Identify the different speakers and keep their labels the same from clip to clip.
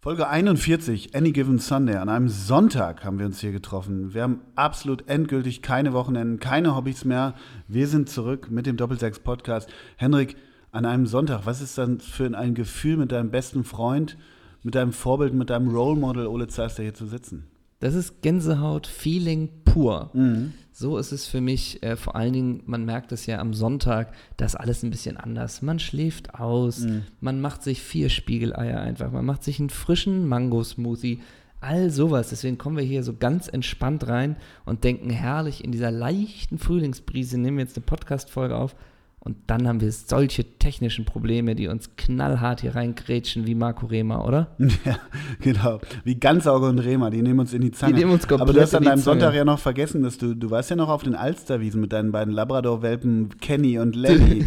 Speaker 1: Folge 41, Any Given Sunday. An einem Sonntag haben wir uns hier getroffen. Wir haben absolut endgültig keine Wochenenden, keine Hobbys mehr. Wir sind zurück mit dem Doppelsechs-Podcast. Henrik, an einem Sonntag, was ist dann für ein Gefühl mit deinem besten Freund, mit deinem Vorbild, mit deinem Role Model Ole Zeister hier zu sitzen?
Speaker 2: Das ist Gänsehaut-Feeling pur. So ist es für mich. Äh, vor allen Dingen, man merkt es ja am Sonntag, das ist alles ein bisschen anders. Man schläft aus, man macht sich vier Spiegeleier einfach, man macht sich einen frischen Mango-Smoothie, all sowas. Deswegen kommen wir hier so ganz entspannt rein und denken herrlich in dieser leichten Frühlingsbrise, nehmen wir jetzt eine Podcast-Folge auf. Und dann haben wir solche technischen Probleme, die uns knallhart hier reingrätschen wie Marco Rehmer, oder?
Speaker 1: Ja, genau. Wie Ganzauge und Rema, die nehmen uns in die Zange.
Speaker 2: Die nehmen uns komplett
Speaker 1: Aber du hast an
Speaker 2: in die
Speaker 1: deinem
Speaker 2: Zange.
Speaker 1: Sonntag ja noch vergessen, dass du, du warst ja noch auf den Alsterwiesen mit deinen beiden Labrador-Welpen Kenny und Lenny.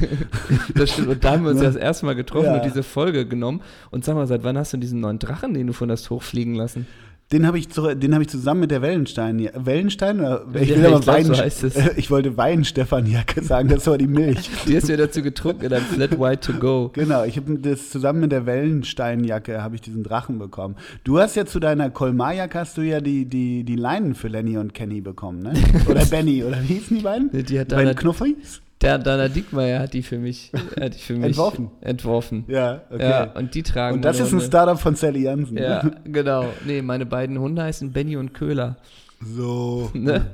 Speaker 2: Das stimmt. Und da haben wir uns
Speaker 1: Ne?
Speaker 2: ja das erste Mal getroffen
Speaker 1: Ja.
Speaker 2: und diese Folge genommen. Und sag mal, seit wann hast du diesen neuen Drachen, den du von hast hochfliegen lassen?
Speaker 1: Den habe ich, zu, den hab ich zusammen mit der Wellenstein. ja- Wellenstein? Oder, ich,
Speaker 2: Ja,
Speaker 1: will
Speaker 2: ich
Speaker 1: aber
Speaker 2: glaub,
Speaker 1: Wein,
Speaker 2: so heißt es.
Speaker 1: äh, ich wollte Weinstefaniacke sagen, das war die Milch.
Speaker 2: Die hast du ja dazu getrunken in einem Flat White to Go.
Speaker 1: Genau, ich habe das zusammen mit der Wellensteinjacke habe ich diesen Drachen bekommen. Du hast ja zu deiner Kolmarjacke hast du ja die, die, die Leinen für Lenny und Kenny bekommen, ne? Oder Benny, oder wie hießen die beiden?
Speaker 2: Nee, die hat
Speaker 1: die beiden
Speaker 2: Dana-
Speaker 1: Knuffis?
Speaker 2: Der Dana Diekmeyer hat die für mich, äh, hat die für mich
Speaker 1: Entworfen.
Speaker 2: entworfen.
Speaker 1: Ja, okay.
Speaker 2: Ja, und die tragen
Speaker 1: und das
Speaker 2: meine
Speaker 1: ist ein
Speaker 2: Hunde.
Speaker 1: Startup von Sally Jansen. ne?
Speaker 2: Ja, genau. Nee, meine beiden Hunde heißen Benny und Köhler.
Speaker 1: So.
Speaker 2: Ne?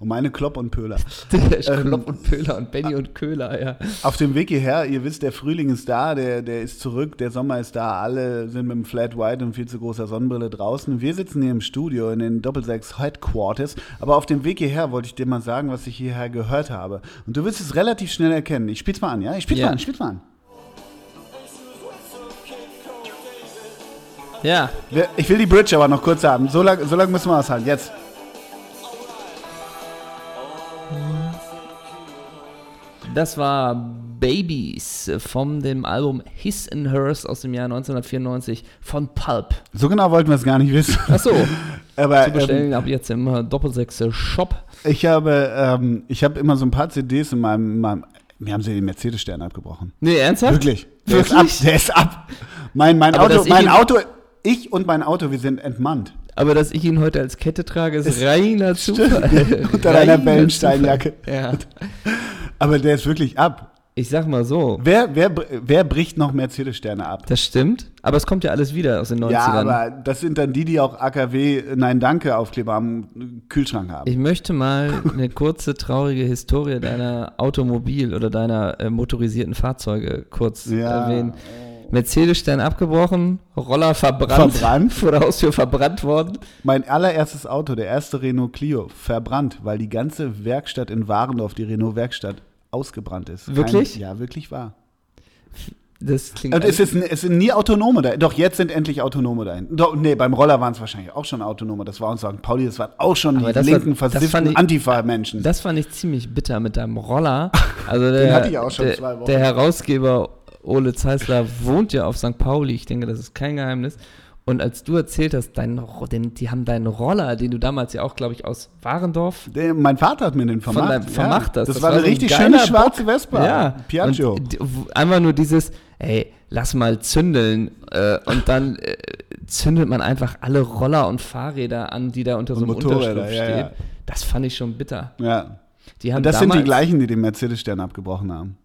Speaker 1: Und meine Klopp und Pöhler. Ähm,
Speaker 2: Klopp und Pöhler und Benny und Köhler, ja.
Speaker 1: Auf dem Weg hierher, ihr wisst, der Frühling ist da, der, der ist zurück, der Sommer ist da, alle sind mit dem Flat White und viel zu großer Sonnenbrille draußen. Wir sitzen hier im Studio in den Doppelsechs Headquarters, aber auf dem Weg hierher wollte ich dir mal sagen, was ich hierher gehört habe. Und du wirst es relativ schnell erkennen. Ich spiel's mal an, ja? Ich spiel's
Speaker 2: Ja.
Speaker 1: mal an, ich spiel's mal an.
Speaker 2: Ja,
Speaker 1: Wir- Ich will die Bridge aber noch kurz haben. So lang, so lang müssen wir aushalten. Jetzt.
Speaker 2: das war Babies vom dem Album His and Hers aus dem Jahr 1994 von Pulp.
Speaker 1: So genau wollten wir es gar nicht wissen.
Speaker 2: Ach so,
Speaker 1: Aber
Speaker 2: zu
Speaker 1: ähm,
Speaker 2: bestellen ab jetzt im äh, Doppelsechse Shop.
Speaker 1: ich habe, ähm, ich habe immer so ein paar CDs in meinem, in meinem mir haben sie den Mercedes-Stern abgebrochen.
Speaker 2: Nee, ernsthaft?
Speaker 1: Wirklich. Der ist ab.
Speaker 2: Wirklich?
Speaker 1: Der ist ab. Mein, mein
Speaker 2: Aber dass
Speaker 1: Auto,
Speaker 2: ich
Speaker 1: mein
Speaker 2: ihn-
Speaker 1: Auto, ich und mein Auto, wir sind entmannt.
Speaker 2: Aber dass ich ihn heute als Kette trage, ist reiner Zufall.
Speaker 1: Unter deiner
Speaker 2: Reiner
Speaker 1: Bellensteinjacke.
Speaker 2: Zufall. Ja.
Speaker 1: Aber der ist wirklich ab.
Speaker 2: Ich sag mal so,
Speaker 1: Wer, wer, br- wer bricht noch Mercedes-Sterne ab?
Speaker 2: das stimmt, aber es kommt ja alles wieder aus den 90ern.
Speaker 1: Ja, aber das sind dann die, die auch AKW Nein Danke Aufkleber am Kühlschrank haben.
Speaker 2: Ich möchte mal eine kurze, traurige Historie deiner Automobil- oder deiner äh, motorisierten Fahrzeuge kurz
Speaker 1: Ja.
Speaker 2: erwähnen. Mercedes-Stern abgebrochen, Roller verbrannt,
Speaker 1: Verbrannt?
Speaker 2: vor der Haustür verbrannt worden.
Speaker 1: Mein allererstes Auto, der erste Renault Clio, verbrannt, weil die ganze Werkstatt in Warendorf, die Renault Werkstatt, ausgebrannt ist.
Speaker 2: Wirklich?
Speaker 1: Kein, ja, wirklich wahr.
Speaker 2: Das klingt
Speaker 1: Und es,
Speaker 2: alles-
Speaker 1: ist, es sind nie Autonome da. Doch, jetzt sind endlich Autonome da hinten. Doch, nee, beim Roller waren es wahrscheinlich auch schon Autonome. Das war uns St. Pauli, das waren auch schon
Speaker 2: Aber
Speaker 1: die
Speaker 2: das
Speaker 1: linken,
Speaker 2: war- das fand
Speaker 1: versifften
Speaker 2: ich-
Speaker 1: Antifa-Menschen.
Speaker 2: das fand ich ziemlich bitter mit deinem Roller. Also der,
Speaker 1: hatte ich auch schon
Speaker 2: der,
Speaker 1: zwei Wochen.
Speaker 2: Der Herausgeber Ole Zeisler wohnt ja auf St. Pauli. Ich denke, das ist kein Geheimnis. Und als du erzählt hast, dein, Ro- den, die haben deinen Roller, den du damals ja auch, glaube ich, aus Warendorf
Speaker 1: Der- Mein Vater hat mir den vermacht.
Speaker 2: Von deinem- vermacht
Speaker 1: ja.
Speaker 2: das.
Speaker 1: Das,
Speaker 2: Das
Speaker 1: war
Speaker 2: war
Speaker 1: eine
Speaker 2: so ein
Speaker 1: richtig
Speaker 2: geiler
Speaker 1: schöne
Speaker 2: Bock.
Speaker 1: schwarze Vespa.
Speaker 2: Ja,
Speaker 1: Piaggio.
Speaker 2: Und, d- w- einfach nur dieses, ey, lass mal zündeln äh, und dann äh, zündet man einfach alle Roller und Fahrräder an, die da unter so
Speaker 1: Und
Speaker 2: einem
Speaker 1: Motorräder,
Speaker 2: Unterschlupf
Speaker 1: ja,
Speaker 2: stehen.
Speaker 1: ja.
Speaker 2: Das fand ich schon bitter.
Speaker 1: ja.
Speaker 2: Die haben
Speaker 1: Und das sind
Speaker 2: damals,
Speaker 1: die gleichen, die den Mercedes-Stern abgebrochen haben.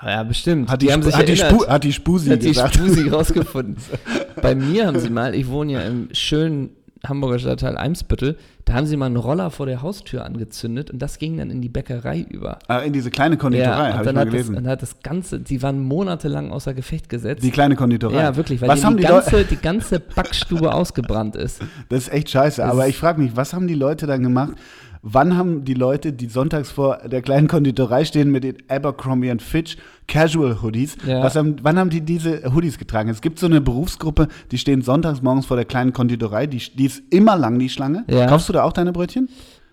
Speaker 2: Ja, ja, bestimmt.
Speaker 1: Hat die,
Speaker 2: haben
Speaker 1: Spu-
Speaker 2: sich
Speaker 1: hat, die
Speaker 2: erinnert.
Speaker 1: Spu- hat die Spusi
Speaker 2: hat die
Speaker 1: gesagt.
Speaker 2: Spusi rausgefunden. Bei mir haben sie mal, ich wohne ja im schönen Hamburger Stadtteil Eimsbüttel, da haben sie mal einen Roller vor der Haustür angezündet und das ging dann in die Bäckerei über.
Speaker 1: Ah, In diese kleine Konditorei,
Speaker 2: und
Speaker 1: habe ich
Speaker 2: dann
Speaker 1: mal
Speaker 2: hat, das,
Speaker 1: gelesen.
Speaker 2: dann hat das Ganze, die waren monatelang außer Gefecht gesetzt.
Speaker 1: Die kleine Konditorei.
Speaker 2: Ja, wirklich, weil
Speaker 1: was
Speaker 2: die,
Speaker 1: haben die,
Speaker 2: die,
Speaker 1: Leute?
Speaker 2: ganze, die ganze Backstube ausgebrannt ist.
Speaker 1: Das ist echt scheiße.
Speaker 2: Das
Speaker 1: Aber
Speaker 2: ist-
Speaker 1: ich frage mich, was haben die Leute dann gemacht? Wann haben die Leute, die sonntags vor der kleinen Konditorei stehen mit den Abercrombie and Fitch Casual Hoodies,
Speaker 2: Ja.
Speaker 1: was haben, wann haben die diese Hoodies getragen? Es gibt so eine Berufsgruppe, die stehen sonntags morgens vor der kleinen Konditorei, die, die ist immer lang, die Schlange.
Speaker 2: Ja.
Speaker 1: Kaufst du da auch deine Brötchen?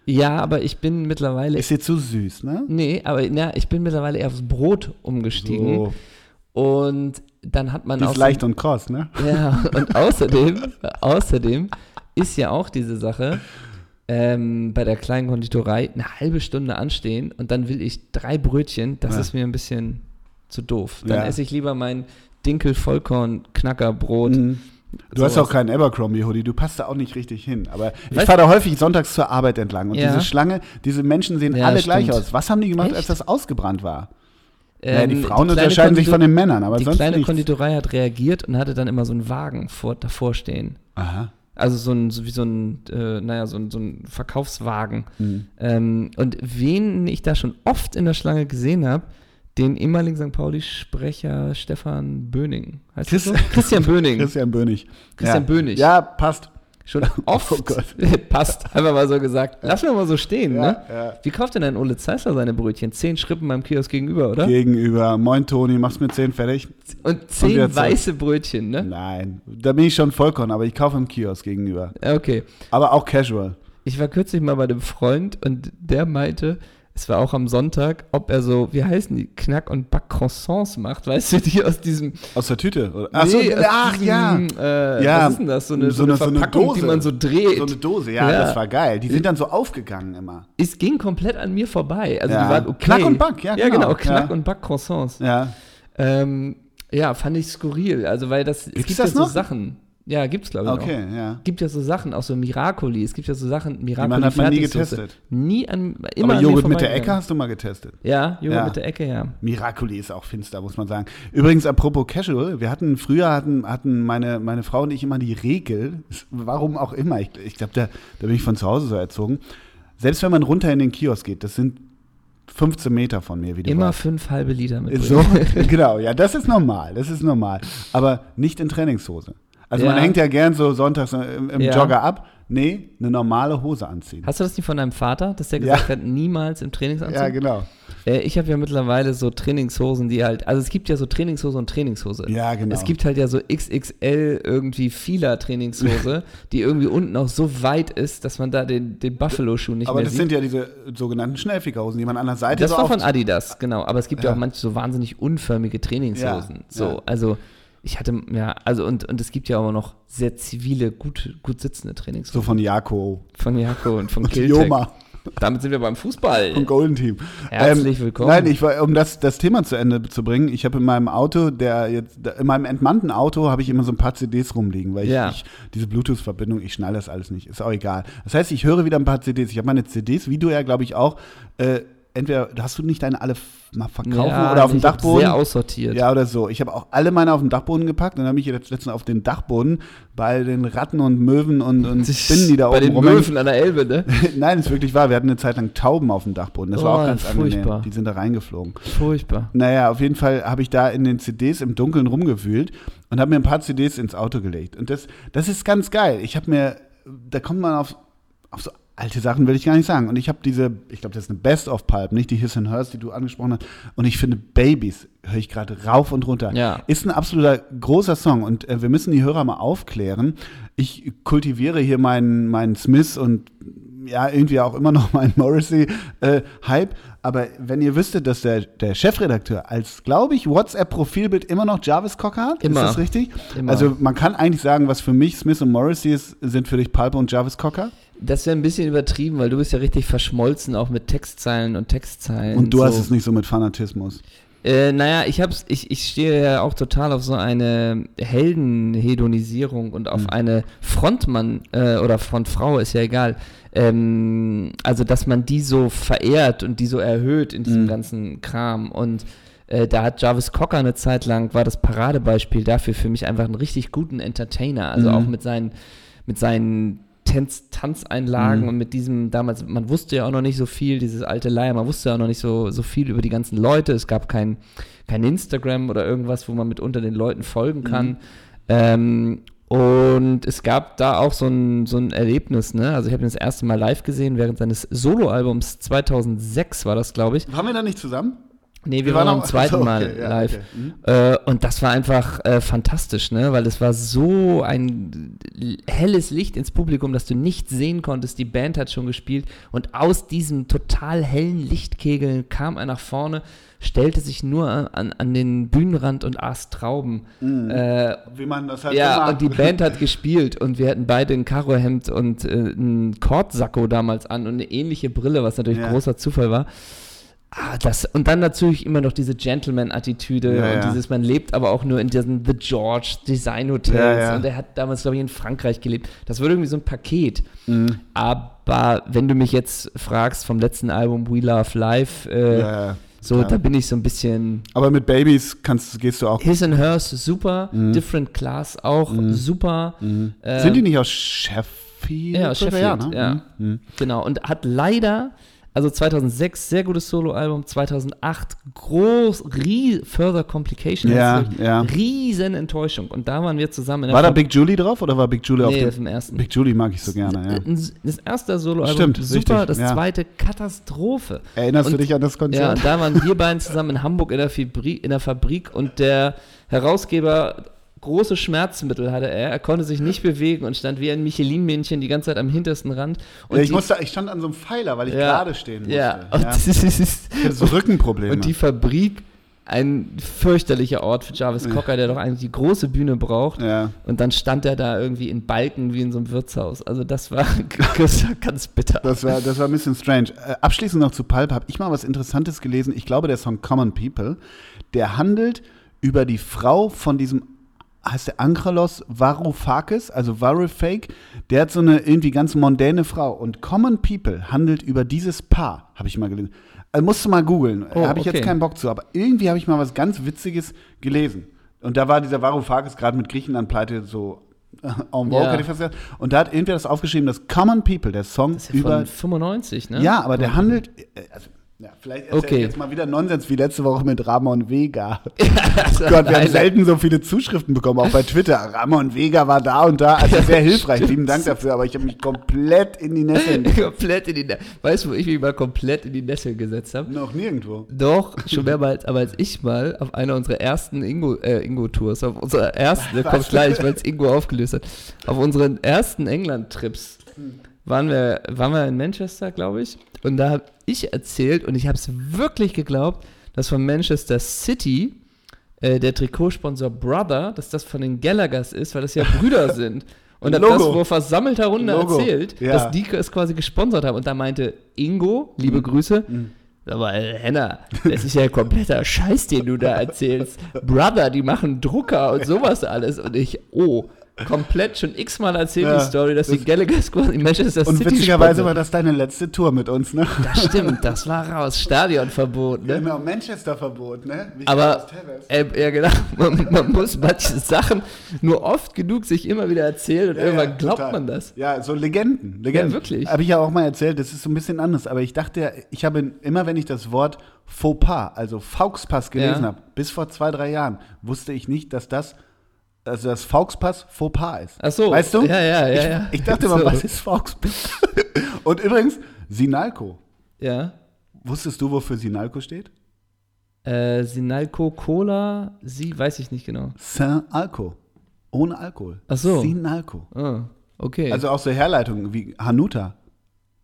Speaker 2: Ja, aber ich bin mittlerweile.
Speaker 1: Ist dir zu süß, ne?
Speaker 2: nee, aber na, ich bin mittlerweile eher aufs Brot umgestiegen.
Speaker 1: So,
Speaker 2: Und dann hat man
Speaker 1: die Oh. ist
Speaker 2: auch.
Speaker 1: leicht und kross, ne?
Speaker 2: Ja, und außerdem, außerdem ist ja auch diese Sache. Ähm, bei der kleinen Konditorei eine halbe Stunde anstehen und dann will ich drei Brötchen, das
Speaker 1: Ja.
Speaker 2: ist mir ein bisschen zu doof. Dann
Speaker 1: Ja.
Speaker 2: esse ich lieber mein Dinkel-Vollkorn-Knackerbrot
Speaker 1: Mhm. Du hast auch keinen Abercrombie-Hoodie, du passt da auch nicht richtig hin. Aber ich fahre da häufig sonntags zur Arbeit entlang und
Speaker 2: Ja.
Speaker 1: diese Schlange, diese Menschen sehen
Speaker 2: Ja,
Speaker 1: alle gleich
Speaker 2: stimmt.
Speaker 1: aus. Was haben die gemacht, als
Speaker 2: Echt?
Speaker 1: das ausgebrannt war?
Speaker 2: Ähm,
Speaker 1: naja, die Frauen
Speaker 2: kleine
Speaker 1: unterscheiden sich
Speaker 2: Konditor-
Speaker 1: von den Männern, aber
Speaker 2: Die
Speaker 1: sonst
Speaker 2: kleine
Speaker 1: nichts.
Speaker 2: Konditorei hat reagiert und hatte dann immer so einen Wagen vor, davor stehen.
Speaker 1: Aha.
Speaker 2: Also so ein, so wie so ein, äh, naja, so ein, so ein Verkaufswagen.
Speaker 1: Mhm.
Speaker 2: Ähm, und wen ich da schon oft in der Schlange gesehen habe, den ehemaligen St. Pauli-Sprecher Stefan Böning. Heißt
Speaker 1: Chris-
Speaker 2: das so? Christian Böning.
Speaker 1: Christian Bönig.
Speaker 2: Christian
Speaker 1: ja.
Speaker 2: Bönig.
Speaker 1: Ja, passt.
Speaker 2: Schon oft.
Speaker 1: Oh Gott.
Speaker 2: passt. Einfach mal so gesagt. Lass mir mal so stehen,
Speaker 1: Ja,
Speaker 2: ne?
Speaker 1: ja.
Speaker 2: Wie kauft denn ein Ole Zeissler seine Brötchen? Zehn Schrippen beim Kiosk gegenüber, oder?
Speaker 1: Gegenüber. Moin Toni, machst mit 10 fertig?
Speaker 2: Und
Speaker 1: Und
Speaker 2: zehn
Speaker 1: wieder zurück.
Speaker 2: weiße Brötchen, ne?
Speaker 1: Nein. Da bin ich schon Vollkorn, aber ich kaufe im Kiosk gegenüber.
Speaker 2: Okay.
Speaker 1: Aber auch casual.
Speaker 2: Ich war kürzlich mal bei einem Freund und der meinte, es war auch am Sonntag, ob er so, wie heißen die, Knack- und Backcroissants macht, weißt du, die aus diesem.
Speaker 1: Aus der Tüte? Oder? Ach so,
Speaker 2: Nee, aus
Speaker 1: ach
Speaker 2: diesem,
Speaker 1: ja.
Speaker 2: Äh,
Speaker 1: Ja,
Speaker 2: Was ist denn das? So eine, so
Speaker 1: so
Speaker 2: eine
Speaker 1: eine- so eine
Speaker 2: Verpackung, die
Speaker 1: Dose.
Speaker 2: man so dreht.
Speaker 1: So eine Dose, ja,
Speaker 2: Ja.
Speaker 1: das war geil. Die sind dann so aufgegangen immer.
Speaker 2: es ging komplett an mir vorbei. Also die
Speaker 1: Ja.
Speaker 2: waren okay.
Speaker 1: Knack und Back, ja,
Speaker 2: Ja, genau,
Speaker 1: genau,
Speaker 2: Knack-
Speaker 1: ja.
Speaker 2: und Back-Croissants.
Speaker 1: Ja.
Speaker 2: Ähm, ja, fand ich skurril. Also, weil das. es
Speaker 1: Gibt's
Speaker 2: gibt
Speaker 1: das
Speaker 2: ja
Speaker 1: noch?
Speaker 2: so Sachen. Ja, gibt's, glaube ich. noch.
Speaker 1: Okay, ja.
Speaker 2: Es gibt ja so Sachen, auch so Miracoli. Es gibt ja so Sachen, Miracoli.
Speaker 1: man hat man nie
Speaker 2: Fertigsoße.
Speaker 1: getestet.
Speaker 2: Nie an. Immer
Speaker 1: Aber
Speaker 2: an
Speaker 1: Joghurt mit
Speaker 2: mir
Speaker 1: der
Speaker 2: vorbeigegangen.
Speaker 1: Ecke hast du mal getestet.
Speaker 2: Ja, Joghurt
Speaker 1: Ja.
Speaker 2: mit der Ecke, ja.
Speaker 1: Miracoli ist auch finster, muss man sagen. Übrigens, apropos Casual, wir hatten früher hatten, hatten meine, meine Frau und ich immer die Regel, warum auch immer, ich, ich glaube, da, da bin ich von zu Hause so erzogen. Selbst wenn man runter in den Kiosk geht, das sind 15 Meter von mir, wie du
Speaker 2: Immer
Speaker 1: weißt.
Speaker 2: fünf halbe Liter mit.
Speaker 1: So, genau, ja, das ist normal, das ist normal. Aber nicht in Trainingshose. Also
Speaker 2: Ja.
Speaker 1: man hängt ja gern so sonntags im, im
Speaker 2: Ja.
Speaker 1: Jogger ab. Nee, eine normale Hose anziehen.
Speaker 2: Hast du das nicht von deinem Vater, dass der
Speaker 1: Ja.
Speaker 2: gesagt hat, niemals im Trainingsanzug?
Speaker 1: Ja, genau.
Speaker 2: äh, ich habe ja mittlerweile so Trainingshosen, die halt, also es gibt ja so Trainingshose und Trainingshose.
Speaker 1: Ja, genau.
Speaker 2: Es gibt halt ja so XXL irgendwie vieler Trainingshose, die irgendwie unten auch so weit ist, dass man da den, den Buffalo-Schuh nicht
Speaker 1: Aber
Speaker 2: mehr
Speaker 1: das
Speaker 2: sieht.
Speaker 1: sind ja diese äh, sogenannten Schnellfickerhosen, die man an der Seite
Speaker 2: das
Speaker 1: so
Speaker 2: war von
Speaker 1: aufzieht.
Speaker 2: Adidas, genau. Aber es gibt ja,
Speaker 1: Ja.
Speaker 2: auch manche so wahnsinnig unförmige Trainingshosen.
Speaker 1: Ja,
Speaker 2: so,
Speaker 1: ja.
Speaker 2: also ich hatte, ja, also und, und es gibt ja auch noch sehr zivile, gut, gut sitzende
Speaker 1: So
Speaker 2: Trainingshosen.
Speaker 1: von Jako
Speaker 2: Von Jako und von
Speaker 1: und
Speaker 2: Kiltek.
Speaker 1: Joma
Speaker 2: Damit sind wir beim
Speaker 1: vom
Speaker 2: Fußball.
Speaker 1: Golden Team.
Speaker 2: Herzlich willkommen.
Speaker 1: Nein, ich war, um das, das Thema zu Ende zu bringen, ich habe in meinem Auto, der jetzt, da- in meinem entmannten Auto habe ich immer so ein paar CDs rumliegen, weil ich,
Speaker 2: Ja.
Speaker 1: ich diese Bluetooth-Verbindung, ich schnall das alles nicht, ist auch egal. Das heißt, ich höre wieder ein paar CDs. Ich habe meine CDs, wie du ja, glaube ich, auch, äh, entweder hast du nicht deine alle f- mal verkaufen oder auf dem
Speaker 2: ich hab
Speaker 1: Dachboden.
Speaker 2: Sehr aussortiert.
Speaker 1: Ja, oder so. Ich habe auch alle meine auf den Dachboden gepackt und habe mich jetzt letztens auf den Dachboden bei den Ratten und Möwen und, und Spinnen, die da
Speaker 2: Bei
Speaker 1: oben
Speaker 2: den
Speaker 1: rumhängen.
Speaker 2: Möwen an der Elbe, ne?
Speaker 1: Nein, ist wirklich wahr. Wir hatten eine Zeit lang Tauben auf dem Dachboden. Das war
Speaker 2: Oh,
Speaker 1: auch ganz
Speaker 2: furchtbar.
Speaker 1: angenehm. Die sind da reingeflogen.
Speaker 2: Furchtbar.
Speaker 1: Naja, auf jeden Fall habe ich da in den CDs im Dunkeln rumgewühlt und habe mir ein paar CDs ins Auto gelegt. Und das, das ist ganz geil. Ich habe mir, da kommt man auf, auf so alte Sachen, will ich gar nicht sagen. Und ich habe diese, ich glaube, das ist eine Best-of-Pulp, nicht die His and Hers, die du angesprochen hast. Und ich finde, Babies höre ich gerade rauf und runter.
Speaker 2: Ja.
Speaker 1: Ist ein absoluter großer Song und äh, wir müssen die Hörer mal aufklären. Ich kultiviere hier meinen, meinen Smith und ja, irgendwie auch immer noch meinen Morrissey-Hype. äh, Aber wenn ihr wüsstet, dass der, der Chefredakteur als, glaube ich, WhatsApp-Profilbild immer noch Jarvis Cocker hat,
Speaker 2: Immer.
Speaker 1: ist das richtig?
Speaker 2: Immer.
Speaker 1: Also man kann eigentlich sagen, was für mich Smith und Morrissey ist, sind für dich Palpe und Jarvis Cocker.
Speaker 2: Das wäre ein bisschen übertrieben, weil du bist ja richtig verschmolzen, auch mit Textzeilen und Textzeilen.
Speaker 1: Und du
Speaker 2: so.
Speaker 1: hast es nicht so mit Fanatismus.
Speaker 2: Äh, naja, ich hab's, ich, ich stehe ja auch total auf so eine Heldenhedonisierung und auf eine Frontmann äh, oder Frontfrau, ist ja egal. Ähm, also, dass man die so verehrt und die so erhöht in diesem ganzen Kram. Und äh, da hat Jarvis Cocker eine Zeit lang, war das Paradebeispiel dafür für mich einfach einen richtig guten Entertainer. Also auch mit seinen, mit seinen Tanz Tanzeinlagen und mit diesem damals, man wusste ja auch noch nicht so viel, dieses alte Leier, man wusste ja auch noch nicht so, so viel über die ganzen Leute. Es gab kein, kein Instagram oder irgendwas, wo man mitunter den Leuten folgen kann. Ähm, und es gab da auch so ein, so ein Erlebnis, ne? Also ich habe ihn das erste Mal live gesehen während seines Soloalbums 2006 war das, glaube ich.
Speaker 1: Waren wir da nicht zusammen?
Speaker 2: Nee, wir,
Speaker 1: Wir
Speaker 2: waren
Speaker 1: waren
Speaker 2: am
Speaker 1: auch-
Speaker 2: zweiten
Speaker 1: Achso, okay,
Speaker 2: Mal
Speaker 1: ja,
Speaker 2: live.
Speaker 1: okay. Mhm.
Speaker 2: Äh, und das war einfach äh, fantastisch, ne? Weil es war so ein l- helles Licht ins Publikum, dass du nicht sehen konntest. Die Band hat schon gespielt und aus diesem total hellen Lichtkegel kam er nach vorne, stellte sich nur an, an den Bühnenrand und aß Trauben. Äh,
Speaker 1: Wie man das halt
Speaker 2: ja,
Speaker 1: immer-
Speaker 2: und die Band hat gespielt und wir hatten beide ein Karohemd und äh, einen Kordsacko damals an und eine ähnliche Brille, was natürlich
Speaker 1: Ja.
Speaker 2: großer Zufall war. Ah, das, und dann natürlich immer noch diese Gentleman-Attitüde
Speaker 1: Ja,
Speaker 2: und
Speaker 1: ja.
Speaker 2: dieses, man lebt aber auch nur in diesen The George Design Hotels
Speaker 1: Ja, ja.
Speaker 2: und er hat damals, glaube ich, in Frankreich gelebt. Das wurde irgendwie so ein Paket.
Speaker 1: Mhm.
Speaker 2: Aber wenn du mich jetzt fragst vom letzten Album We Love Live, äh,
Speaker 1: Ja, ja.
Speaker 2: so,
Speaker 1: klar.
Speaker 2: da bin ich so ein bisschen.
Speaker 1: Aber mit Babys kannst, gehst du auch.
Speaker 2: His and Hers super, Different Class auch super. Äh,
Speaker 1: Mhm. Sind die nicht aus Sheffield?
Speaker 2: ja, aus
Speaker 1: sogar?
Speaker 2: Sheffield,
Speaker 1: ne?
Speaker 2: ja.
Speaker 1: Mhm. Mhm.
Speaker 2: Genau, und hat leider, also 2006 sehr gutes Soloalbum, 2008 groß, rie, Further Complication,
Speaker 1: Ja,
Speaker 2: heißt es, glaub ich.
Speaker 1: ja.
Speaker 2: riesen Enttäuschung. Und da waren wir zusammen in der
Speaker 1: War da
Speaker 2: Pop-
Speaker 1: Big Julie drauf oder war Big Julie
Speaker 2: nee,
Speaker 1: auf
Speaker 2: auf
Speaker 1: dem.
Speaker 2: dem ersten.
Speaker 1: Big Julie mag ich so gerne, ja.
Speaker 2: Ein- Das erste Soloalbum,
Speaker 1: Stimmt,
Speaker 2: super,
Speaker 1: richtig,
Speaker 2: das
Speaker 1: ja.
Speaker 2: zweite Katastrophe.
Speaker 1: Erinnerst du
Speaker 2: Und-
Speaker 1: dich an das
Speaker 2: Ja,
Speaker 1: Konzert?
Speaker 2: und da waren wir beiden zusammen in Hamburg in der, Fabri in der Fabrik und der Herausgeber große Schmerzmittel hatte er. Er konnte sich nicht bewegen und stand wie ein Michelin-Männchen die ganze Zeit am hintersten Rand. Und
Speaker 1: ich,
Speaker 2: die-
Speaker 1: musste, ich stand an so einem Pfeiler, weil ich
Speaker 2: Ja,
Speaker 1: gerade stehen musste.
Speaker 2: Ja, und das ist,
Speaker 1: Ich hatte so Rückenprobleme.
Speaker 2: Und die Fabrik, ein fürchterlicher Ort für Jarvis Cocker, der doch eigentlich die große Bühne braucht.
Speaker 1: ja.
Speaker 2: Und dann stand er da irgendwie in Balken wie in so einem Wirtshaus. Also das war, das war ganz bitter.
Speaker 1: Das war, das war ein bisschen strange. Äh, abschließend noch zu Pulp habe ich mal was Interessantes gelesen. Ich glaube, der Song Common People, der handelt über die Frau von diesem, heißt der Ankralos Varoufakis, also Varoufake. Der hat so eine irgendwie ganz mondäne Frau. Und Common People handelt über dieses Paar, habe ich mal gelesen. Äh, musst du mal googeln.
Speaker 2: Oh,
Speaker 1: habe ich
Speaker 2: okay.
Speaker 1: jetzt keinen Bock zu. Aber irgendwie habe ich mal was ganz Witziges gelesen. Und da war dieser Varoufakis gerade mit Griechenland pleite so äh, en vogue,
Speaker 2: Ja.
Speaker 1: hätte ich fast gesagt. Und da hat irgendwer das aufgeschrieben, dass Common People, der Song
Speaker 2: Das ist ja
Speaker 1: über
Speaker 2: von 95, ne?
Speaker 1: ja, aber der handelt. äh, Also, ja, vielleicht erzähl
Speaker 2: Okay.
Speaker 1: ich jetzt mal wieder Nonsens wie letzte Woche mit Ramon Vega. Oh
Speaker 2: Also,
Speaker 1: Gott, wir haben
Speaker 2: leider-
Speaker 1: selten so viele Zuschriften bekommen, auch bei Twitter. Ramon Vega war da und da. Also sehr hilfreich. Lieben Dank dafür, aber ich habe mich komplett in die Nesseln.
Speaker 2: komplett in die Ne- Weißt du, wo ich mich mal komplett in die Nessel gesetzt habe?
Speaker 1: Noch nirgendwo.
Speaker 2: Doch, schon mehrmals, aber als ich mal auf einer unserer ersten Ingo, äh, Ingo-Tours, auf unserer ersten, kommt gleich, weil es Ingo aufgelöst hat, auf unseren ersten England-Trips waren wir, waren wir in Manchester, glaube ich, und da habe ich erzählt, und ich habe es wirklich geglaubt, dass von Manchester City äh, der Trikotsponsor Brother, dass das von den Gallaghers ist, weil das ja Brüder sind. Und habe das
Speaker 1: Logo.
Speaker 2: vor versammelter Runde
Speaker 1: Logo.
Speaker 2: erzählt,
Speaker 1: Ja. Mhm.
Speaker 2: dass die es quasi gesponsert haben. Und da meinte Ingo, liebe Grüße, aber Henna, das ist ja kompletter Scheiß, den du da erzählst. Brother, die machen Drucker und sowas alles. Und ich, oh, komplett schon x-mal erzählt
Speaker 1: Ja,
Speaker 2: die Story, dass die Gallagher Squad in Manchester
Speaker 1: Und
Speaker 2: City
Speaker 1: witzigerweise war
Speaker 2: sponsert.
Speaker 1: das deine letzte Tour mit uns, ne?
Speaker 2: Das stimmt, das war raus. Stadionverbot,
Speaker 1: Wir
Speaker 2: ne?
Speaker 1: haben ja auch Manchester-Verbot, ne? Michael
Speaker 2: Aber,
Speaker 1: aus Tevez.
Speaker 2: äh, ja genau, man, man muss manche Sachen nur oft genug sich immer wieder erzählen und
Speaker 1: Ja,
Speaker 2: irgendwann
Speaker 1: ja,
Speaker 2: glaubt
Speaker 1: total.
Speaker 2: man das.
Speaker 1: Ja, so Legenden. Legenden.
Speaker 2: Ja, wirklich.
Speaker 1: Habe ich ja auch mal erzählt, das ist so ein bisschen anders. Aber ich dachte, ja, ich habe immer, wenn ich das Wort Fauxpas, also Fauxpass gelesen
Speaker 2: Ja.
Speaker 1: habe, bis vor zwei, drei Jahren, wusste ich nicht, dass das, also das Fauxpass Fauxpas ist.
Speaker 2: Ach so.
Speaker 1: Weißt du?
Speaker 2: Ja, ja, ja, ja.
Speaker 1: Ich dachte immer,
Speaker 2: So.
Speaker 1: was ist Fauxpass? Und übrigens, Sinalco.
Speaker 2: Ja.
Speaker 1: Wusstest du, wofür Sinalco steht?
Speaker 2: Äh, Sinalco Cola, sie, weiß ich nicht genau.
Speaker 1: Saint Alco. Ohne Alkohol.
Speaker 2: Ach so.
Speaker 1: Sinalco.
Speaker 2: Ah, okay.
Speaker 1: Also auch so Herleitungen wie Hanuta.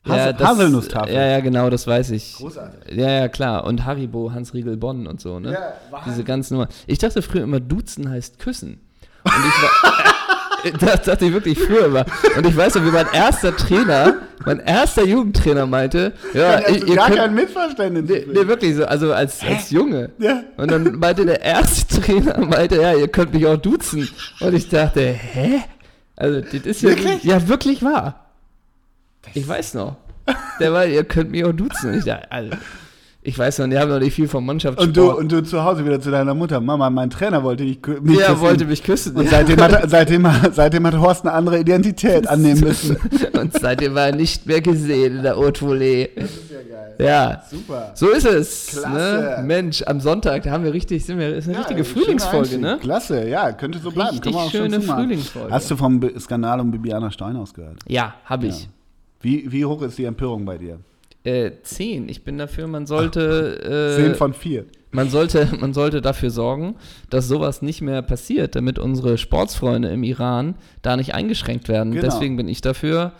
Speaker 1: Has
Speaker 2: Ja, das-
Speaker 1: Haselnusstafel.
Speaker 2: Ja, ja, genau, das weiß ich.
Speaker 1: Großartig.
Speaker 2: Ja, ja, klar. Und Haribo, Hans Riegel Bonn und so, ne?
Speaker 1: Ja, Wahnsinn.
Speaker 2: Diese ganzen Nummern. Ich dachte früher immer, duzen heißt küssen. Und ich war. Das dachte ich wirklich früher immer. Und ich weiß noch, wie mein erster Trainer, mein erster Jugendtrainer meinte, ja,
Speaker 1: Dann hast
Speaker 2: ihr-
Speaker 1: du
Speaker 2: ihr
Speaker 1: gar
Speaker 2: könnt,
Speaker 1: kein Missverständnis.
Speaker 2: Nee, nee, wirklich so, also als, als Junge.
Speaker 1: Ja.
Speaker 2: Und dann meinte der erste Trainer, meinte, ja, ihr könnt mich auch duzen. Und ich dachte, hä? Also, das ist ja
Speaker 1: Wirklich?
Speaker 2: ja wirklich wahr. Ich weiß noch. Der war, ihr könnt mich auch duzen. Und ich dachte, also, ich weiß noch, die haben noch nicht viel vom Mannschaftssport.
Speaker 1: Und du, und du zu Hause wieder zu deiner Mutter. Mama, mein Trainer wollte dich kü- mich
Speaker 2: ja,
Speaker 1: küssen.
Speaker 2: wollte mich küssen.
Speaker 1: Und seitdem hat, seitdem, hat- seitdem hat Horst eine andere Identität annehmen müssen.
Speaker 2: und seitdem war er nicht mehr gesehen in der Haute Volée. Ja.
Speaker 1: Super.
Speaker 2: So ist es.
Speaker 1: Klasse.
Speaker 2: Ne? Mensch, am Sonntag, da haben wir richtig, sind wir, ist eine
Speaker 1: Ja,
Speaker 2: richtige
Speaker 1: schöner
Speaker 2: Frühlingsfolge,
Speaker 1: Einstieg.
Speaker 2: ne?
Speaker 1: Klasse, ja, könnte so bleiben.
Speaker 2: Richtig
Speaker 1: Kann man auch schon
Speaker 2: schöne
Speaker 1: zumachen.
Speaker 2: Frühlingsfolge.
Speaker 1: Hast du vom Be- Skandal um Bibiana Steinhaus gehört?
Speaker 2: Ja, habe ich.
Speaker 1: Wie, wie hoch ist die Empörung bei dir?
Speaker 2: Äh, zehn. Ich bin dafür, man sollte,
Speaker 1: Zehn
Speaker 2: äh,
Speaker 1: von vier.
Speaker 2: man sollte, man sollte dafür sorgen, dass sowas nicht mehr passiert, damit unsere Sportsfreunde im Iran da nicht eingeschränkt werden.
Speaker 1: Genau.
Speaker 2: Deswegen bin ich dafür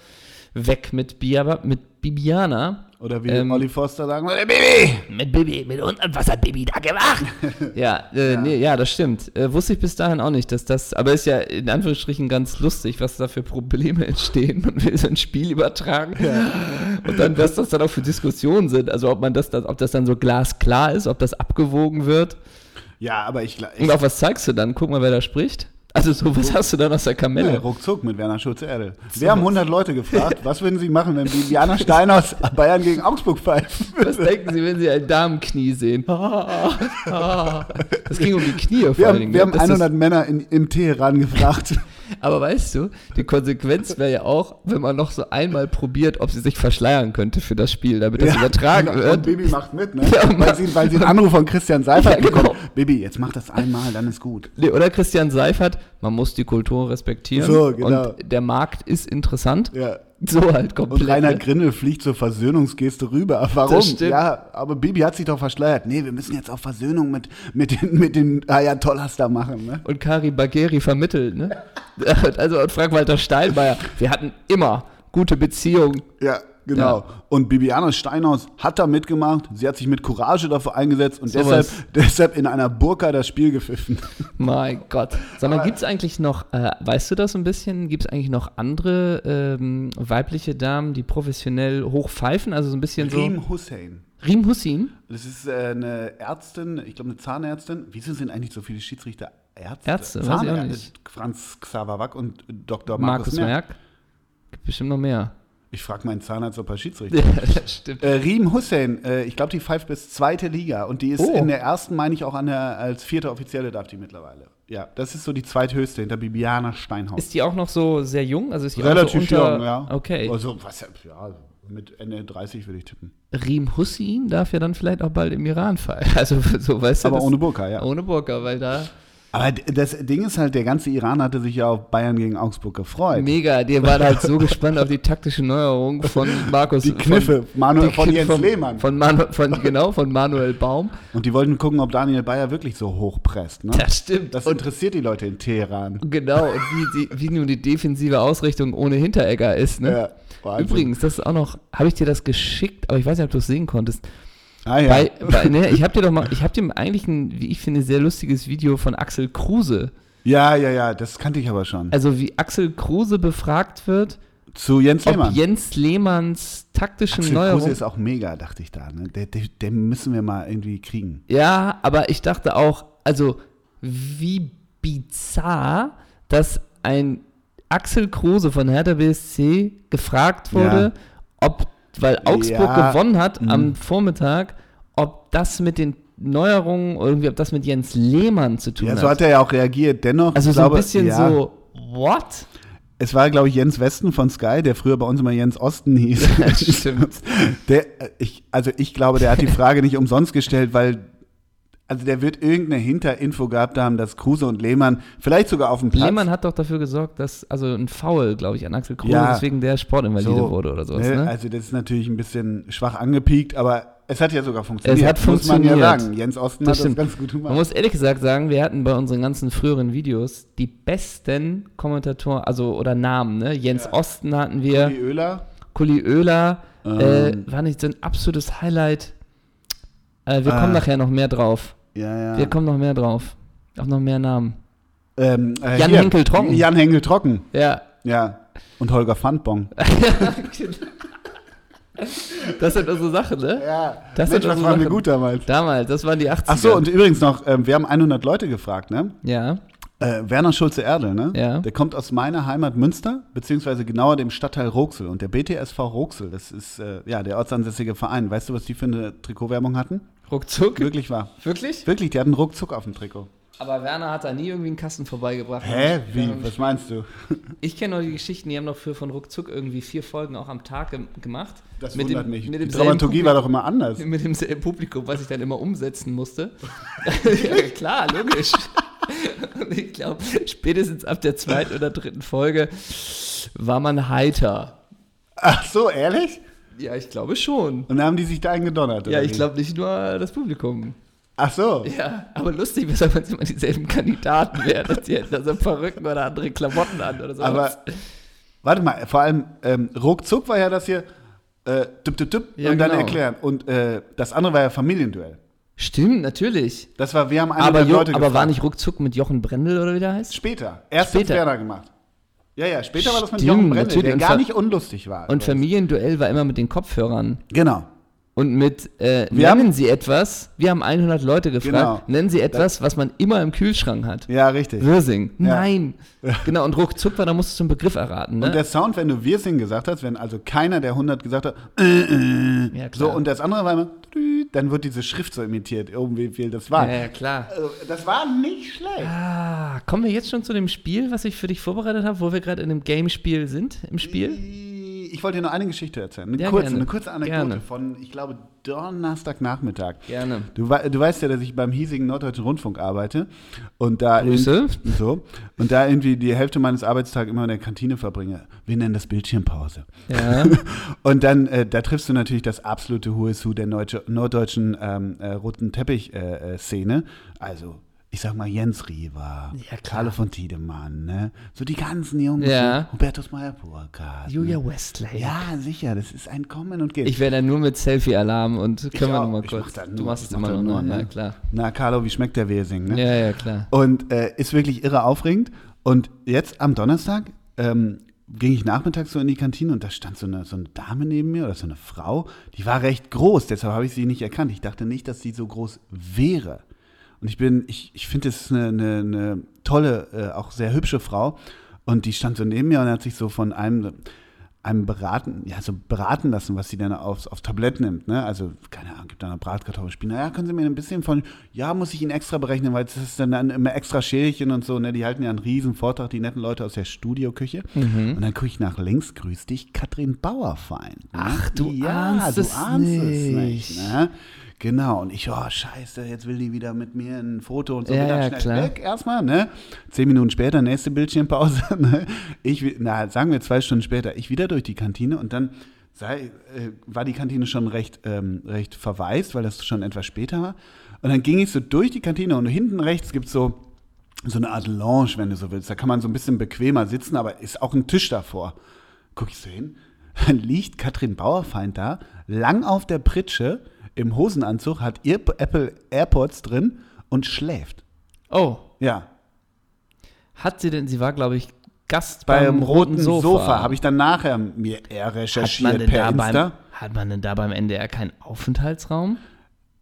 Speaker 2: weg mit, Bia mit Bibiana.
Speaker 1: Oder wie
Speaker 2: ähm,
Speaker 1: Olli Foster sagen würde, Baby!
Speaker 2: Mit Baby, mit Hund und was hat Baby da gemacht? ja, äh, Nee, ja, das stimmt. Äh, wusste ich bis dahin auch nicht, dass das, aber ist ja in Anführungsstrichen ganz lustig, was da für Probleme entstehen. Man will so ein Spiel übertragen und dann, was das dann auch für Diskussionen sind. Also ob man das, dann- ob das dann so glasklar ist, ob das abgewogen wird.
Speaker 1: Ja, aber ich, gla- ich
Speaker 2: Und auf was zeigst du dann? Guck mal, wer da spricht. Also so, was hast du dann aus der
Speaker 1: Ja,
Speaker 2: Kamelle?
Speaker 1: ruckzuck mit Werner Schulze-Erdel. Wir haben 100 Leute gefragt, was würden sie machen, wenn die Diana Stein aus Bayern gegen Augsburg pfeift?
Speaker 2: Was denken Sie, wenn Sie ein Damenknie sehen? Ah, ah. Das ging um die Knie vor
Speaker 1: Wir
Speaker 2: allen
Speaker 1: haben,
Speaker 2: Dingen.
Speaker 1: wir haben
Speaker 2: ne? Dass das-
Speaker 1: 100 Männer in, im Teheran gefragt.
Speaker 2: Aber weißt du, die Konsequenz wäre ja auch, wenn man noch so einmal probiert, ob sie sich verschleiern könnte für das Spiel, damit das übertragen
Speaker 1: genau. Und
Speaker 2: wird.
Speaker 1: Bibi macht mit, ne?
Speaker 2: Ja,
Speaker 1: weil, sie, weil sie einen Anruf von Christian Seifert
Speaker 2: Ja, genau.
Speaker 1: bekommt. Bibi, jetzt mach das einmal, dann ist gut.
Speaker 2: Nee, Oder Christian Seifert, man muss die Kultur respektieren
Speaker 1: So, genau.
Speaker 2: und der Markt ist interessant.
Speaker 1: Ja.
Speaker 2: So halt komplett.
Speaker 1: Und
Speaker 2: ne?
Speaker 1: Reinhard Grindel fliegt zur Versöhnungsgeste rüber. Warum?
Speaker 2: Das stimmt.
Speaker 1: Ja, aber Bibi hat sich doch verschleiert. Nee, wir müssen jetzt auch Versöhnung mit, mit den, mit den Ayatollahs da machen, ne?
Speaker 2: und Kari Bagheri vermittelt, ne? Also und Frank-Walter Steinmeier, wir hatten immer gute Beziehungen.
Speaker 1: Ja, genau. Und Bibiana Steinhaus hat da mitgemacht. Sie hat sich mit Courage dafür eingesetzt und deshalb,
Speaker 2: Sowas.
Speaker 1: deshalb in einer Burka das Spiel gepfiffen.
Speaker 2: Mein Gott. Sag mal, gibt es eigentlich noch, äh, weißt du das ein bisschen, gibt es eigentlich noch andere ähm, weibliche Damen, die professionell hochpfeifen? Also so ein bisschen
Speaker 1: Reem Hussein.
Speaker 2: so. Riem Hussein?
Speaker 1: Das ist äh, eine Ärztin, ich glaube eine Zahnärztin. Wieso sind eigentlich so viele Schiedsrichter Ärzte?
Speaker 2: Ärzte, weiß
Speaker 1: Zahnär-
Speaker 2: ich auch nicht.
Speaker 1: Franz Xaver Wack und Dr. Markus,
Speaker 2: Markus
Speaker 1: Merck.
Speaker 2: Merck. Gibt bestimmt noch mehr.
Speaker 1: Ich frage meinen Zahnarzt, ob er Schiedsrichter
Speaker 2: Ja, das stimmt.
Speaker 1: Äh, Riem Hussein, äh, ich glaube, die pfeift bis zweite Liga und die ist
Speaker 2: Oh.
Speaker 1: in der ersten, meine ich, auch an der, als vierte Offizielle darf die mittlerweile. Ja, das ist so die zweithöchste hinter Bibiana Steinhaus.
Speaker 2: Ist die auch noch so sehr jung? Also ist die
Speaker 1: Relativ
Speaker 2: auch so unter,
Speaker 1: jung, ja.
Speaker 2: Okay.
Speaker 1: Also, was, ja, mit Ende 30 würde ich tippen.
Speaker 2: Riem Hussein darf ja dann vielleicht auch bald im Iran fallen. Also so, weißt du.
Speaker 1: Aber
Speaker 2: das- Oh.
Speaker 1: ohne Burka, ja.
Speaker 2: Ohne Burka, weil da
Speaker 1: Aber d- das Ding ist halt, der ganze Iran hatte sich ja auf Bayern gegen Augsburg gefreut.
Speaker 2: mega, die waren halt so gespannt auf die taktische Neuerung von Markus.
Speaker 1: Die Kniffe, Manuel,
Speaker 2: die
Speaker 1: von
Speaker 2: Kniffe
Speaker 1: Jens
Speaker 2: von,
Speaker 1: Lehmann.
Speaker 2: Von Manu, von, genau, von Manuel Baum.
Speaker 1: und die wollten gucken, ob Daniel Bayer wirklich so hoch presst. Ne?
Speaker 2: Das stimmt.
Speaker 1: Das
Speaker 2: und
Speaker 1: interessiert die Leute in Teheran.
Speaker 2: genau, und wie, die, wie nun die defensive Ausrichtung ohne Hinteregger ist. Ne?
Speaker 1: Ja, also Wahnsinn.
Speaker 2: Übrigens, das ist auch noch, habe ich dir das geschickt, aber ich weiß nicht, ob du es sehen konntest.
Speaker 1: Ah, ja.
Speaker 2: Bei, bei, ne, ich habe dir doch mal, ich habe dir eigentlich ein, wie ich finde, sehr lustiges Video von Axel Kruse.
Speaker 1: ja, ja, ja, das kannte ich aber schon.
Speaker 2: Also wie Axel Kruse befragt wird,
Speaker 1: Zu Jens
Speaker 2: ob
Speaker 1: Lehmann.
Speaker 2: Jens Lehmanns taktischen
Speaker 1: Axel
Speaker 2: Neuerung.
Speaker 1: Kruse ist auch mega, dachte ich da. Ne? Der, der, den müssen wir mal irgendwie kriegen.
Speaker 2: Ja, aber ich dachte auch, also wie bizarr, dass ein Axel Kruse von Hertha BSC gefragt wurde, ob, weil Augsburg
Speaker 1: Ja. Mhm.
Speaker 2: gewonnen hat am Vormittag, ob das mit den Neuerungen, irgendwie, ob das mit Jens Lehmann zu tun
Speaker 1: Ja,
Speaker 2: hat.
Speaker 1: so hat er ja auch reagiert. Dennoch,
Speaker 2: also
Speaker 1: ich
Speaker 2: so
Speaker 1: glaube,
Speaker 2: ein bisschen
Speaker 1: ja,
Speaker 2: so, what?
Speaker 1: Es war, glaube ich, Jens Westen von Sky, der früher bei uns immer Jens Osten hieß.
Speaker 2: Stimmt.
Speaker 1: Der, äh, ich, also ich glaube, der hat die Frage nicht umsonst gestellt, weil also der wird irgendeine Hinterinfo gehabt haben, dass Kruse und Lehmann vielleicht sogar auf dem Platz.
Speaker 2: Lehmann hat doch dafür gesorgt, dass, also ein Foul, glaube ich, an Axel Kruse,
Speaker 1: Ja.
Speaker 2: deswegen der Sportinvalide
Speaker 1: So,
Speaker 2: wurde oder sowas,
Speaker 1: ne?
Speaker 2: ne?
Speaker 1: Also das ist natürlich ein bisschen schwach angepiekt, aber es hat ja sogar funktioniert.
Speaker 2: Es hat
Speaker 1: Muss man ja
Speaker 2: funktioniert.
Speaker 1: sagen. Jens Osten
Speaker 2: Das
Speaker 1: hat
Speaker 2: stimmt.
Speaker 1: das ganz gut gemacht.
Speaker 2: Man muss ehrlich gesagt sagen, wir hatten bei unseren ganzen früheren Videos die besten Kommentatoren, also oder Namen, ne? Jens Osten hatten wir,
Speaker 1: Die Öler.
Speaker 2: Kuli Oehler,
Speaker 1: Ähm.
Speaker 2: äh, war nicht so ein absolutes Highlight. Äh, wir
Speaker 1: Ah.
Speaker 2: kommen nachher noch mehr drauf.
Speaker 1: Ja, ja.
Speaker 2: Wir kommen noch mehr drauf. Auch noch mehr Namen.
Speaker 1: Ähm, äh,
Speaker 2: Jan Henkel Trocken.
Speaker 1: Jan Henkel Trocken.
Speaker 2: Ja.
Speaker 1: Ja. Und Holger Pfandbong.
Speaker 2: das sind unsere Sachen, ne?
Speaker 1: Ja.
Speaker 2: Das
Speaker 1: Mensch,
Speaker 2: sind
Speaker 1: was
Speaker 2: unsere
Speaker 1: waren wir
Speaker 2: Sachen.
Speaker 1: gut damals.
Speaker 2: Damals, das waren die 80er.
Speaker 1: Ach so, und übrigens noch, ähm, wir haben 100 Leute gefragt, ne?
Speaker 2: ja.
Speaker 1: Äh, Werner Schulze-Erdel, ne?
Speaker 2: Ja.
Speaker 1: Der kommt aus meiner Heimat Münster, beziehungsweise genauer dem Stadtteil Roxel. Und der BTSV Roxel, das ist äh, ja der ortsansässige Verein. Weißt du, was die für eine Trikotwerbung hatten?
Speaker 2: Ruckzuck.
Speaker 1: Wirklich wahr.
Speaker 2: Wirklich?
Speaker 1: Wirklich, die hatten Ruckzuck auf dem Trikot.
Speaker 2: Aber Werner hat da nie irgendwie einen Kasten vorbeigebracht.
Speaker 1: Hä? Wie? Was meinst du?
Speaker 2: Ich kenne nur die Geschichten, die haben doch für von Ruckzuck irgendwie vier Folgen auch am Tag gem- gemacht.
Speaker 1: Das
Speaker 2: mit
Speaker 1: wundert
Speaker 2: dem,
Speaker 1: mich.
Speaker 2: Mit
Speaker 1: Die
Speaker 2: demselben,
Speaker 1: Dramaturgie war doch immer anders.
Speaker 2: Publikum, mit demselben Publikum, was ich dann immer umsetzen musste. ja, klar, logisch. Und ich glaube, spätestens ab der zweiten oder dritten Folge war man heiter.
Speaker 1: Ach so, ehrlich?
Speaker 2: Ja, ich glaube schon.
Speaker 1: Und dann haben die sich da eingedonnert.
Speaker 2: Ja,
Speaker 1: oder
Speaker 2: ich
Speaker 1: wie?
Speaker 2: glaube nicht nur das Publikum.
Speaker 1: Ach so.
Speaker 2: Ja, aber lustig wäre, wenn es immer dieselben Kandidaten wären. Die hätten da so Perücken oder andere Klamotten an oder so.
Speaker 1: Aber warte mal, vor allem ähm, ruckzuck war ja das hier. äh, düpp, düpp, düpp,
Speaker 2: Ja,
Speaker 1: und dann
Speaker 2: genau.
Speaker 1: erklären. Und äh, das andere war ja Familienduell.
Speaker 2: Stimmt, natürlich.
Speaker 1: Das war, wir haben eine
Speaker 2: Aber,
Speaker 1: der
Speaker 2: jo,
Speaker 1: Leute
Speaker 2: aber war
Speaker 1: gefragt.
Speaker 2: nicht ruckzuck mit Jochen Brendel oder wie der heißt?
Speaker 1: Später. Erst hat
Speaker 2: Später.
Speaker 1: Werner gemacht. Ja, ja, später war das mit
Speaker 2: Stimmt,
Speaker 1: Jochen Brendel,
Speaker 2: natürlich.
Speaker 1: der
Speaker 2: Und
Speaker 1: gar
Speaker 2: Fa-
Speaker 1: nicht unlustig war.
Speaker 2: Und
Speaker 1: Also,
Speaker 2: Familienduell war immer mit den Kopfhörern
Speaker 1: Genau.
Speaker 2: und mit äh,
Speaker 1: Wir
Speaker 2: nennen
Speaker 1: haben-
Speaker 2: Sie etwas. Wir haben 100 Leute gefragt.
Speaker 1: Genau.
Speaker 2: Nennen Sie etwas, was man immer im Kühlschrank hat.
Speaker 1: Ja, richtig.
Speaker 2: Wirsing.
Speaker 1: Ja.
Speaker 2: Nein. Genau, und ruckzuck war, da musstest du einen Begriff erraten. Ne?
Speaker 1: Und der Sound, wenn du wir singen gesagt hast, wenn also keiner der 100 gesagt hat, äh, äh,
Speaker 2: Ja, klar.
Speaker 1: so und das andere war immer, tü, dann wird diese Schrift so imitiert, irgendwie viel das war.
Speaker 2: ja, ja, klar.
Speaker 1: Also, das war nicht schlecht.
Speaker 2: Ah, kommen wir jetzt schon zu dem Spiel, was ich für dich vorbereitet habe, wo wir gerade in einem Gamespiel sind, im Spiel?
Speaker 1: Ich wollte dir nur eine Geschichte erzählen. Eine,
Speaker 2: Ja,
Speaker 1: kurze,
Speaker 2: gerne.
Speaker 1: eine kurze Anekdote
Speaker 2: Gerne.
Speaker 1: von, ich glaube, Donnerstagnachmittag.
Speaker 2: Gerne.
Speaker 1: Du, wei- du weißt ja, dass ich beim hiesigen Norddeutschen Rundfunk arbeite und da
Speaker 2: Grüße.
Speaker 1: in- so und da irgendwie die Hälfte meines Arbeitstags immer in der Kantine verbringe. Wir nennen das Bildschirmpause.
Speaker 2: Ja.
Speaker 1: Und dann, äh, da triffst du natürlich das absolute Who is Who der Neutsche, norddeutschen ähm, äh, roten Teppich-Szene. Äh, Szene. also, ich sag mal, Jens Riewer,
Speaker 2: Ja, klar.
Speaker 1: Carlo von Tiedemann, ne? so die ganzen Jungs,
Speaker 2: Ja.
Speaker 1: ne? Hubertus Meyer-Burkhardt. Ne?
Speaker 2: Julia Westlake.
Speaker 1: Ja, sicher, das ist ein Kommen und Gehen.
Speaker 2: Ich wäre dann nur mit Selfie-Alarm und können wir
Speaker 1: auch.
Speaker 2: nochmal
Speaker 1: Ich
Speaker 2: kurz.
Speaker 1: mach da
Speaker 2: du
Speaker 1: nur-
Speaker 2: machst es
Speaker 1: ich mach
Speaker 2: immer
Speaker 1: da
Speaker 2: noch,
Speaker 1: nur,
Speaker 2: ne? ja
Speaker 1: ne?
Speaker 2: klar.
Speaker 1: Na, Carlo, wie schmeckt der Wesing? Ne?
Speaker 2: Ja, ja, klar.
Speaker 1: Und äh, ist wirklich irre aufregend. Und jetzt am Donnerstag ähm, ging ich nachmittags so in die Kantine und da stand so eine, so eine Dame neben mir oder so eine Frau. Die war recht groß, deshalb habe ich sie nicht erkannt. Ich dachte nicht, dass sie so groß wäre. Und ich bin, ich, ich finde, es ist eine, eine, eine tolle, äh, auch sehr hübsche Frau. Und die stand so neben mir und hat sich so von einem, einem beraten, ja, so beraten lassen, was sie dann aufs, aufs Tablett nimmt. Ne? Also, keine Ahnung, gibt da eine Bratkartoffelspinat. Ja, können Sie mir ein bisschen von, ja, muss ich Ihnen extra berechnen, weil das ist dann, dann immer extra Schälchen und so. Ne? Die halten ja einen riesen Vortrag, die netten Leute aus der Studioküche.
Speaker 2: Mhm.
Speaker 1: Und dann gucke ich nach links, grüß dich, Katrin Bauerfeind. Ne?
Speaker 2: Ach, du
Speaker 1: ja,
Speaker 2: ahnst
Speaker 1: du
Speaker 2: es
Speaker 1: ahnst es
Speaker 2: nicht.
Speaker 1: nicht. Ne? Genau, und ich, oh, scheiße, jetzt will die wieder mit mir ein Foto und so.
Speaker 2: Ja,
Speaker 1: Bin dann
Speaker 2: ja,
Speaker 1: schnell
Speaker 2: klar.
Speaker 1: Weg erstmal, ne? Zehn Minuten später, nächste Bildschirmpause, ne? Ich, wi- na, sagen wir zwei Stunden später, ich wieder durch die Kantine und dann sei, äh, war die Kantine schon recht, ähm, recht verwaist, weil das schon etwas später war. Und dann ging ich so durch die Kantine und hinten rechts gibt es so, so eine Art Lounge, wenn du so willst. Da kann man so ein bisschen bequemer sitzen, aber ist auch ein Tisch davor. Guck ich so hin, dann liegt Katrin Bauerfeind da, lang auf der Pritsche, im Hosenanzug, hat ihr Apple AirPods drin und schläft.
Speaker 2: Oh,
Speaker 1: Ja,
Speaker 2: hat sie denn, sie war, glaube ich, Gast
Speaker 1: beim roten Sofa, habe ich dann nachher mir eher
Speaker 2: hat
Speaker 1: recherchiert
Speaker 2: man, denn
Speaker 1: per
Speaker 2: da beim,
Speaker 1: Insta.
Speaker 2: hat man denn da beim NDR keinen Aufenthaltsraum?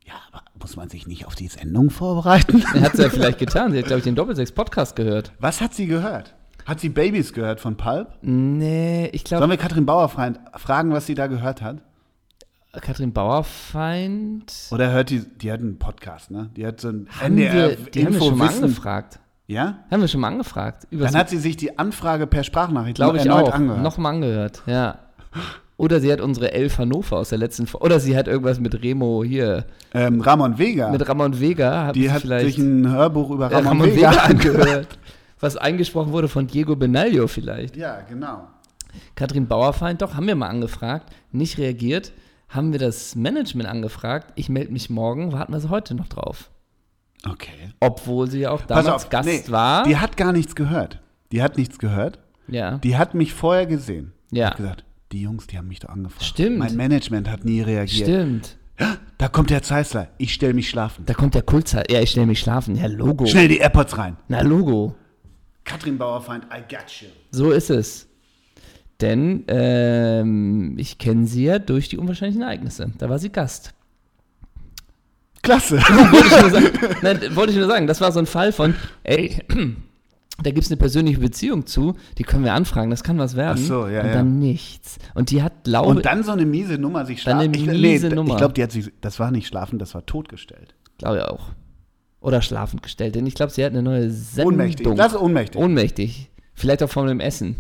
Speaker 1: Ja, aber muss man sich nicht auf die Sendung vorbereiten?
Speaker 2: Er hat es ja vielleicht getan. Sie hat, glaube ich, den Doppelsechs-Podcast gehört.
Speaker 1: Was hat sie gehört? Hat sie Babys gehört von Pulp?
Speaker 2: Nee, ich
Speaker 1: Sollen
Speaker 2: glaube,
Speaker 1: wir Katrin Bauerfeind fragen, was sie da gehört hat?
Speaker 2: Katrin Bauerfeind.
Speaker 1: Oder hört die, die hat einen Podcast, ne? Die hat so ein
Speaker 2: Haben wir, die haben wir schon mal
Speaker 1: NDR-Info-Wissen.
Speaker 2: angefragt.
Speaker 1: Ja?
Speaker 2: Haben wir schon mal angefragt. Über
Speaker 1: Dann hat sie sich die Anfrage per Sprachnachricht
Speaker 2: glaube ich,
Speaker 1: erneut
Speaker 2: auch
Speaker 1: angehört.
Speaker 2: nochmal angehört. Ja. Oder sie hat unsere Elf Hannover aus der letzten Fo- Oder sie hat irgendwas mit Remo hier.
Speaker 1: ähm, Ramon Vega,
Speaker 2: Mit Ramon Vega. Hat
Speaker 1: die
Speaker 2: sie
Speaker 1: hat
Speaker 2: vielleicht
Speaker 1: sich ein Hörbuch über
Speaker 2: äh,
Speaker 1: Ramon, Vega, angehört.
Speaker 2: angehört. Was eingesprochen wurde von Diego Benaglio vielleicht.
Speaker 1: Ja, genau.
Speaker 2: Katrin Bauerfeind, doch, haben wir mal angefragt. Nicht reagiert. Haben wir das Management angefragt. Ich melde mich morgen. Warten wir sie heute noch drauf.
Speaker 1: Okay.
Speaker 2: Obwohl sie ja auch
Speaker 1: Pass
Speaker 2: damals
Speaker 1: auf,
Speaker 2: Gast
Speaker 1: nee,
Speaker 2: war.
Speaker 1: Die hat gar nichts gehört. Die hat nichts gehört.
Speaker 2: ja.
Speaker 1: Die hat mich vorher gesehen.
Speaker 2: Ja.
Speaker 1: Hat gesagt, die Jungs, die haben mich doch angefragt.
Speaker 2: Stimmt.
Speaker 1: Mein Management hat nie reagiert.
Speaker 2: Stimmt.
Speaker 1: Da kommt der Zeissler. Ich stelle mich schlafen. Oh.
Speaker 2: Da kommt der Kultzeit. Ja, ich stelle mich schlafen. Ja, Logo.
Speaker 1: Schnell die AirPods rein.
Speaker 2: Na, Logo.
Speaker 1: Katrin Bauerfeind, I got you.
Speaker 2: So ist es. Denn ähm, ich kenne sie ja durch die unwahrscheinlichen Ereignisse. Da war sie Gast.
Speaker 1: Klasse.
Speaker 2: Wollte ich nur sagen, nein, wollte ich nur sagen, das war so ein Fall von, ey, da gibt es eine persönliche Beziehung zu, die können wir anfragen, das kann was werden.
Speaker 1: Ach so, ja,
Speaker 2: Und
Speaker 1: ja.
Speaker 2: dann nichts. Und die hat, glaube
Speaker 1: Und dann so eine miese Nummer sich
Speaker 2: Dann
Speaker 1: schlafen.
Speaker 2: eine
Speaker 1: ich
Speaker 2: miese Nummer.
Speaker 1: ich glaube, die hat sich, das war nicht schlafen, das war totgestellt.
Speaker 2: glaub ich auch. Oder schlafend gestellt, denn ich glaube, sie hat eine neue Sendung.
Speaker 1: Ohnmächtig. Das ist ohnmächtig.
Speaker 2: Ohnmächtig. Vielleicht auch von dem Essen.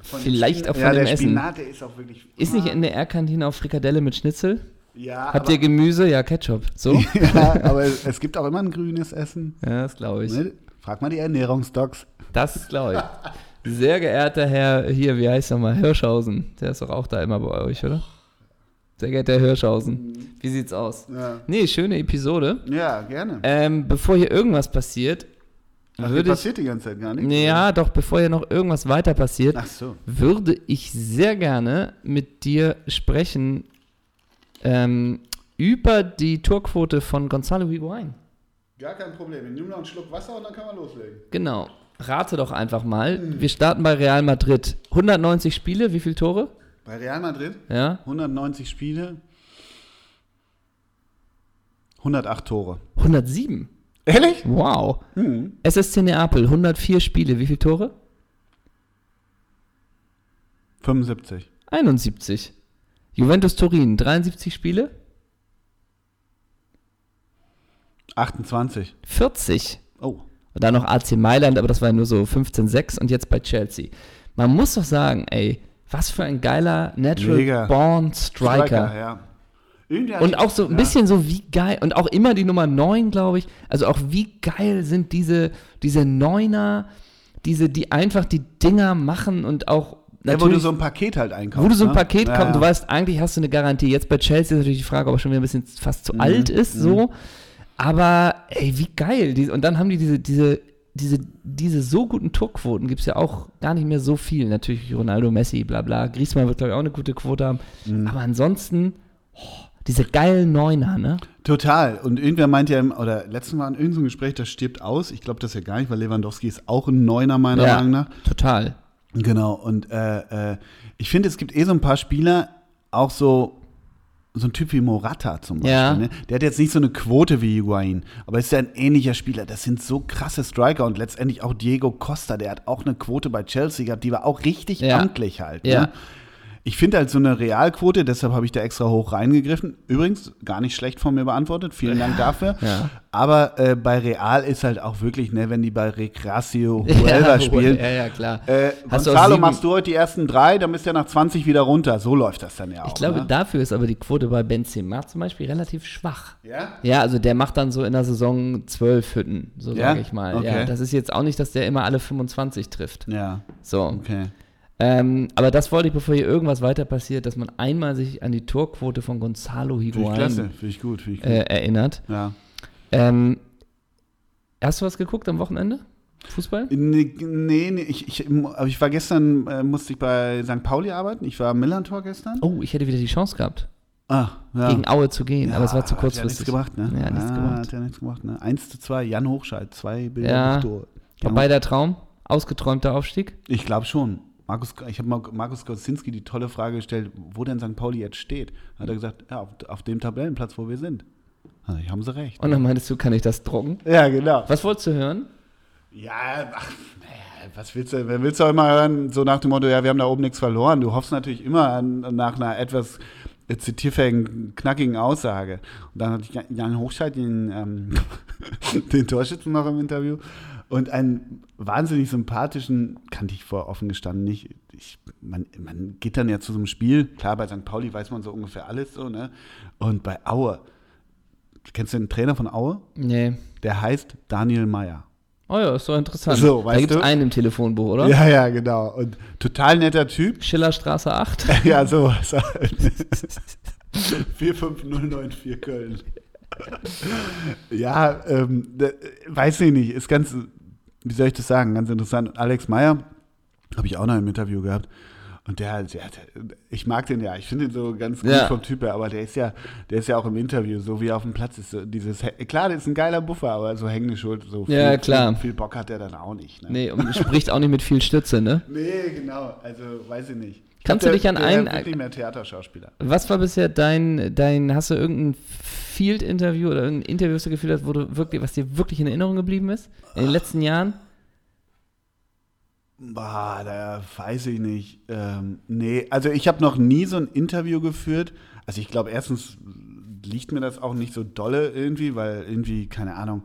Speaker 1: Von dem
Speaker 2: Vielleicht
Speaker 1: Spin-
Speaker 2: auch von
Speaker 1: ja,
Speaker 2: dem
Speaker 1: der
Speaker 2: Essen.
Speaker 1: Spinat, der ist auch wirklich.
Speaker 2: Ist nicht in der R-Kantine auch Frikadelle mit Schnitzel?
Speaker 1: Ja,
Speaker 2: Habt
Speaker 1: Ah. aber,
Speaker 2: ihr Gemüse? Ja, Ketchup. So?
Speaker 1: ja, aber es gibt auch immer ein grünes Essen.
Speaker 2: ja, das glaube ich.
Speaker 1: Ne? Frag mal die Ernährungsdocs.
Speaker 2: Das glaube ich. Sehr geehrter Herr, hier, wie heißt er mal? Hirschhausen. Der ist doch auch da immer bei euch, oder? Sehr geehrter Herr Hirschhausen. Wie sieht's aus?
Speaker 1: Ja.
Speaker 2: Nee, schöne Episode. Äh,
Speaker 1: ja, gerne.
Speaker 2: Ähm, bevor hier irgendwas passiert,
Speaker 1: Ach, hier
Speaker 2: würde ich.
Speaker 1: passiert die ganze Zeit gar nichts.
Speaker 2: Ja, doch, bevor hier noch irgendwas weiter passiert,
Speaker 1: Ach so.
Speaker 2: würde ich sehr gerne mit dir sprechen ähm, über die Torquote von Gonzalo Higuain.
Speaker 1: Gar kein Problem. Ich nehme noch einen Schluck Wasser und dann kann man loslegen.
Speaker 2: Genau. Rate doch einfach
Speaker 1: Hm.
Speaker 2: mal. Wir starten bei Real Madrid. 190 Spiele, wie viele Tore?
Speaker 1: Bei Real Madrid
Speaker 2: Ja.
Speaker 1: 190 Spiele, 108 Tore.
Speaker 2: 107.
Speaker 1: Ehrlich?
Speaker 2: Wow.
Speaker 1: Hm.
Speaker 2: SSC Neapel, 104 Spiele, wie viele Tore?
Speaker 1: 75.
Speaker 2: 71. Juventus Turin, 73 Spiele?
Speaker 1: 28.
Speaker 2: 40.
Speaker 1: Oh.
Speaker 2: Und dann noch AC Mailand, aber das war ja nur so 15-6 und jetzt bei Chelsea. Man muss doch sagen, ey, was für ein geiler Natural
Speaker 1: Mega.
Speaker 2: Born Striker.
Speaker 1: ja. Irgendwer
Speaker 2: Und
Speaker 1: hat-
Speaker 2: auch so ein
Speaker 1: ja.
Speaker 2: bisschen so wie geil, und auch immer die Nummer 9, glaube ich. Also auch wie geil sind diese, diese Neuner, diese, die einfach die Dinger machen und auch
Speaker 1: Ja, wo du
Speaker 2: natürlich,
Speaker 1: so ein Paket halt einkaufst.
Speaker 2: wo du so ein
Speaker 1: ne?
Speaker 2: Paket
Speaker 1: ja,
Speaker 2: kaufst,
Speaker 1: ja.
Speaker 2: du weißt, eigentlich hast du eine Garantie. Jetzt bei Chelsea ist natürlich die Frage, ob er schon wieder ein bisschen fast
Speaker 1: Mhm.
Speaker 2: zu alt ist, so. Aber ey, wie geil. Die, und dann haben die diese, diese, diese, diese so guten Torquoten, gibt es ja auch gar nicht mehr so viel. Natürlich Ronaldo, Messi, bla bla. Griezmann wird, glaube ich, auch eine gute Quote haben.
Speaker 1: Mhm.
Speaker 2: Aber ansonsten, oh, diese geilen Neuner, ne?
Speaker 1: Total. Und irgendwer meint ja, im, oder letztens war in irgendeinem Gespräch, das stirbt aus. Ich glaube das ja gar nicht, weil Lewandowski ist auch ein Neuner meiner Meinung nach.
Speaker 2: Total.
Speaker 1: Genau, und äh, äh, ich finde, es gibt eh so ein paar Spieler, auch so, so ein Typ wie Morata zum Beispiel.
Speaker 2: Ja.
Speaker 1: Ne? Der hat jetzt nicht so eine Quote wie Higuain, aber ist ja ein ähnlicher Spieler. Das sind so krasse Striker und letztendlich auch Diego Costa, der hat auch eine Quote bei Chelsea gehabt, die war auch richtig
Speaker 2: Ja.
Speaker 1: amtlich halt.
Speaker 2: Ja.
Speaker 1: Ne? Ich finde halt so eine Realquote, deshalb habe ich da extra hoch reingegriffen. Übrigens, gar nicht schlecht von mir beantwortet. Vielen Dank dafür.
Speaker 2: Ja.
Speaker 1: Aber äh, bei Real ist halt auch wirklich, ne, wenn die bei Recracio Huelva spielen,
Speaker 2: Ja, ja, klar.
Speaker 1: äh,
Speaker 2: Hast du auch
Speaker 1: Gonzalo,
Speaker 2: sieben-
Speaker 1: machst du heute die ersten drei, dann bist du ja nach 20 wieder runter. So läuft das dann ja auch.
Speaker 2: ich glaube,
Speaker 1: ne?
Speaker 2: dafür ist aber die Quote bei Benzema zum Beispiel relativ schwach.
Speaker 1: Ja?
Speaker 2: Ja, also der macht dann so in der Saison zwölf Hütten, so
Speaker 1: Ja?
Speaker 2: sage ich mal. Ja,
Speaker 1: Okay.
Speaker 2: das ist jetzt auch nicht, dass der immer alle 25 trifft.
Speaker 1: Ja,
Speaker 2: So.
Speaker 1: okay.
Speaker 2: Ähm, aber das wollte ich, bevor hier irgendwas weiter passiert, dass man einmal sich an die Torquote von Gonzalo
Speaker 1: Finde ich klasse,
Speaker 2: Higuain
Speaker 1: finde ich gut, finde ich gut.
Speaker 2: äh, erinnert.
Speaker 1: ja.
Speaker 2: Ähm, hast du was geguckt am Wochenende? Fußball?
Speaker 1: Nee, nee, nee, ich, ich, aber ich war gestern, äh, musste ich bei St. Pauli arbeiten. Ich war am Millantor gestern.
Speaker 2: Oh, ich hätte wieder die Chance gehabt,
Speaker 1: Ah, ja.
Speaker 2: Oh. gegen Aue zu gehen,
Speaker 1: ja,
Speaker 2: aber es war zu
Speaker 1: hat ja nichts
Speaker 2: kurzfristig.
Speaker 1: gemacht, ne?
Speaker 2: Ja, nichts
Speaker 1: ah,
Speaker 2: gemacht.
Speaker 1: Hat ja nichts gemacht, ne? 1 zu 2, Jan Hochscheid, zwei Bilder
Speaker 2: Ja.
Speaker 1: durch Tor.
Speaker 2: War beider Traum, ausgeträumter Aufstieg.
Speaker 1: Ich glaube schon. Markus, ich habe Markus Kosinski die tolle Frage gestellt, wo denn St. Pauli jetzt steht. Hat er gesagt, ja, auf, auf dem Tabellenplatz, wo wir sind. Also, haben sie recht.
Speaker 2: Und dann meintest du, kann ich das drucken?
Speaker 1: Ja, genau.
Speaker 2: Was wolltest du hören?
Speaker 1: Ja, ach, naja, was willst du? Wer willst du auch immer hören, so nach dem Motto, ja, wir haben da oben nichts verloren. Du hoffst natürlich immer an, nach einer etwas äh, zitierfähigen, knackigen Aussage. Und dann hatte ich Jan- Jan Hochscheid den, ähm, den Torschützen noch im Interview und einen wahnsinnig sympathischen, kannte ich vor offen gestanden nicht. Ich, man, man geht dann ja zu so einem Spiel, klar, bei St. Pauli weiß man so ungefähr alles so, ne? Und bei Aue, kennst du den Trainer von Aue?
Speaker 2: Nee.
Speaker 1: Der heißt Daniel Meyer.
Speaker 2: Oh ja, ist doch interessant.
Speaker 1: So,
Speaker 2: da
Speaker 1: weißt
Speaker 2: gibt es
Speaker 1: du?
Speaker 2: einen im Telefonbuch, oder?
Speaker 1: Ja, ja, genau. Und total netter Typ.
Speaker 2: Schillerstraße 8.
Speaker 1: Ja, sowas. halt. 45094 Köln. ja, ähm, da- weiß ich nicht. Ist ganz, wie soll ich das sagen, ganz interessant. Und Alex Meyer habe ich auch noch im Interview gehabt. Und der, der, der ich mag den ja, ich finde ihn so ganz gut
Speaker 2: Ja.
Speaker 1: vom Typ her, aber der ist ja, der ist ja auch im Interview, so wie er auf dem Platz ist. So dieses, klar, der ist ein geiler Buffer, aber so hängende Schuld, so viel,
Speaker 2: Ja, klar.
Speaker 1: viel, viel Bock hat er dann auch nicht. Ne?
Speaker 2: Nee, und spricht auch nicht mit viel Stütze, ne?
Speaker 1: Nee, genau. Also, weiß ich nicht.
Speaker 2: Kannst du dich an einen-
Speaker 1: Ich bin mehr Theaterschauspieler.
Speaker 2: Was war bisher dein, dein hast du irgendein Field-Interview oder irgendein Interview, das du gefühlt hast, wo du wirklich, was dir wirklich in Erinnerung geblieben ist? In den letzten Jahren?
Speaker 1: Bah, da weiß ich nicht. Ähm, nee, also ich habe noch nie so ein Interview geführt. Also ich glaube, erstens liegt mir das auch nicht so dolle irgendwie, weil irgendwie, keine Ahnung.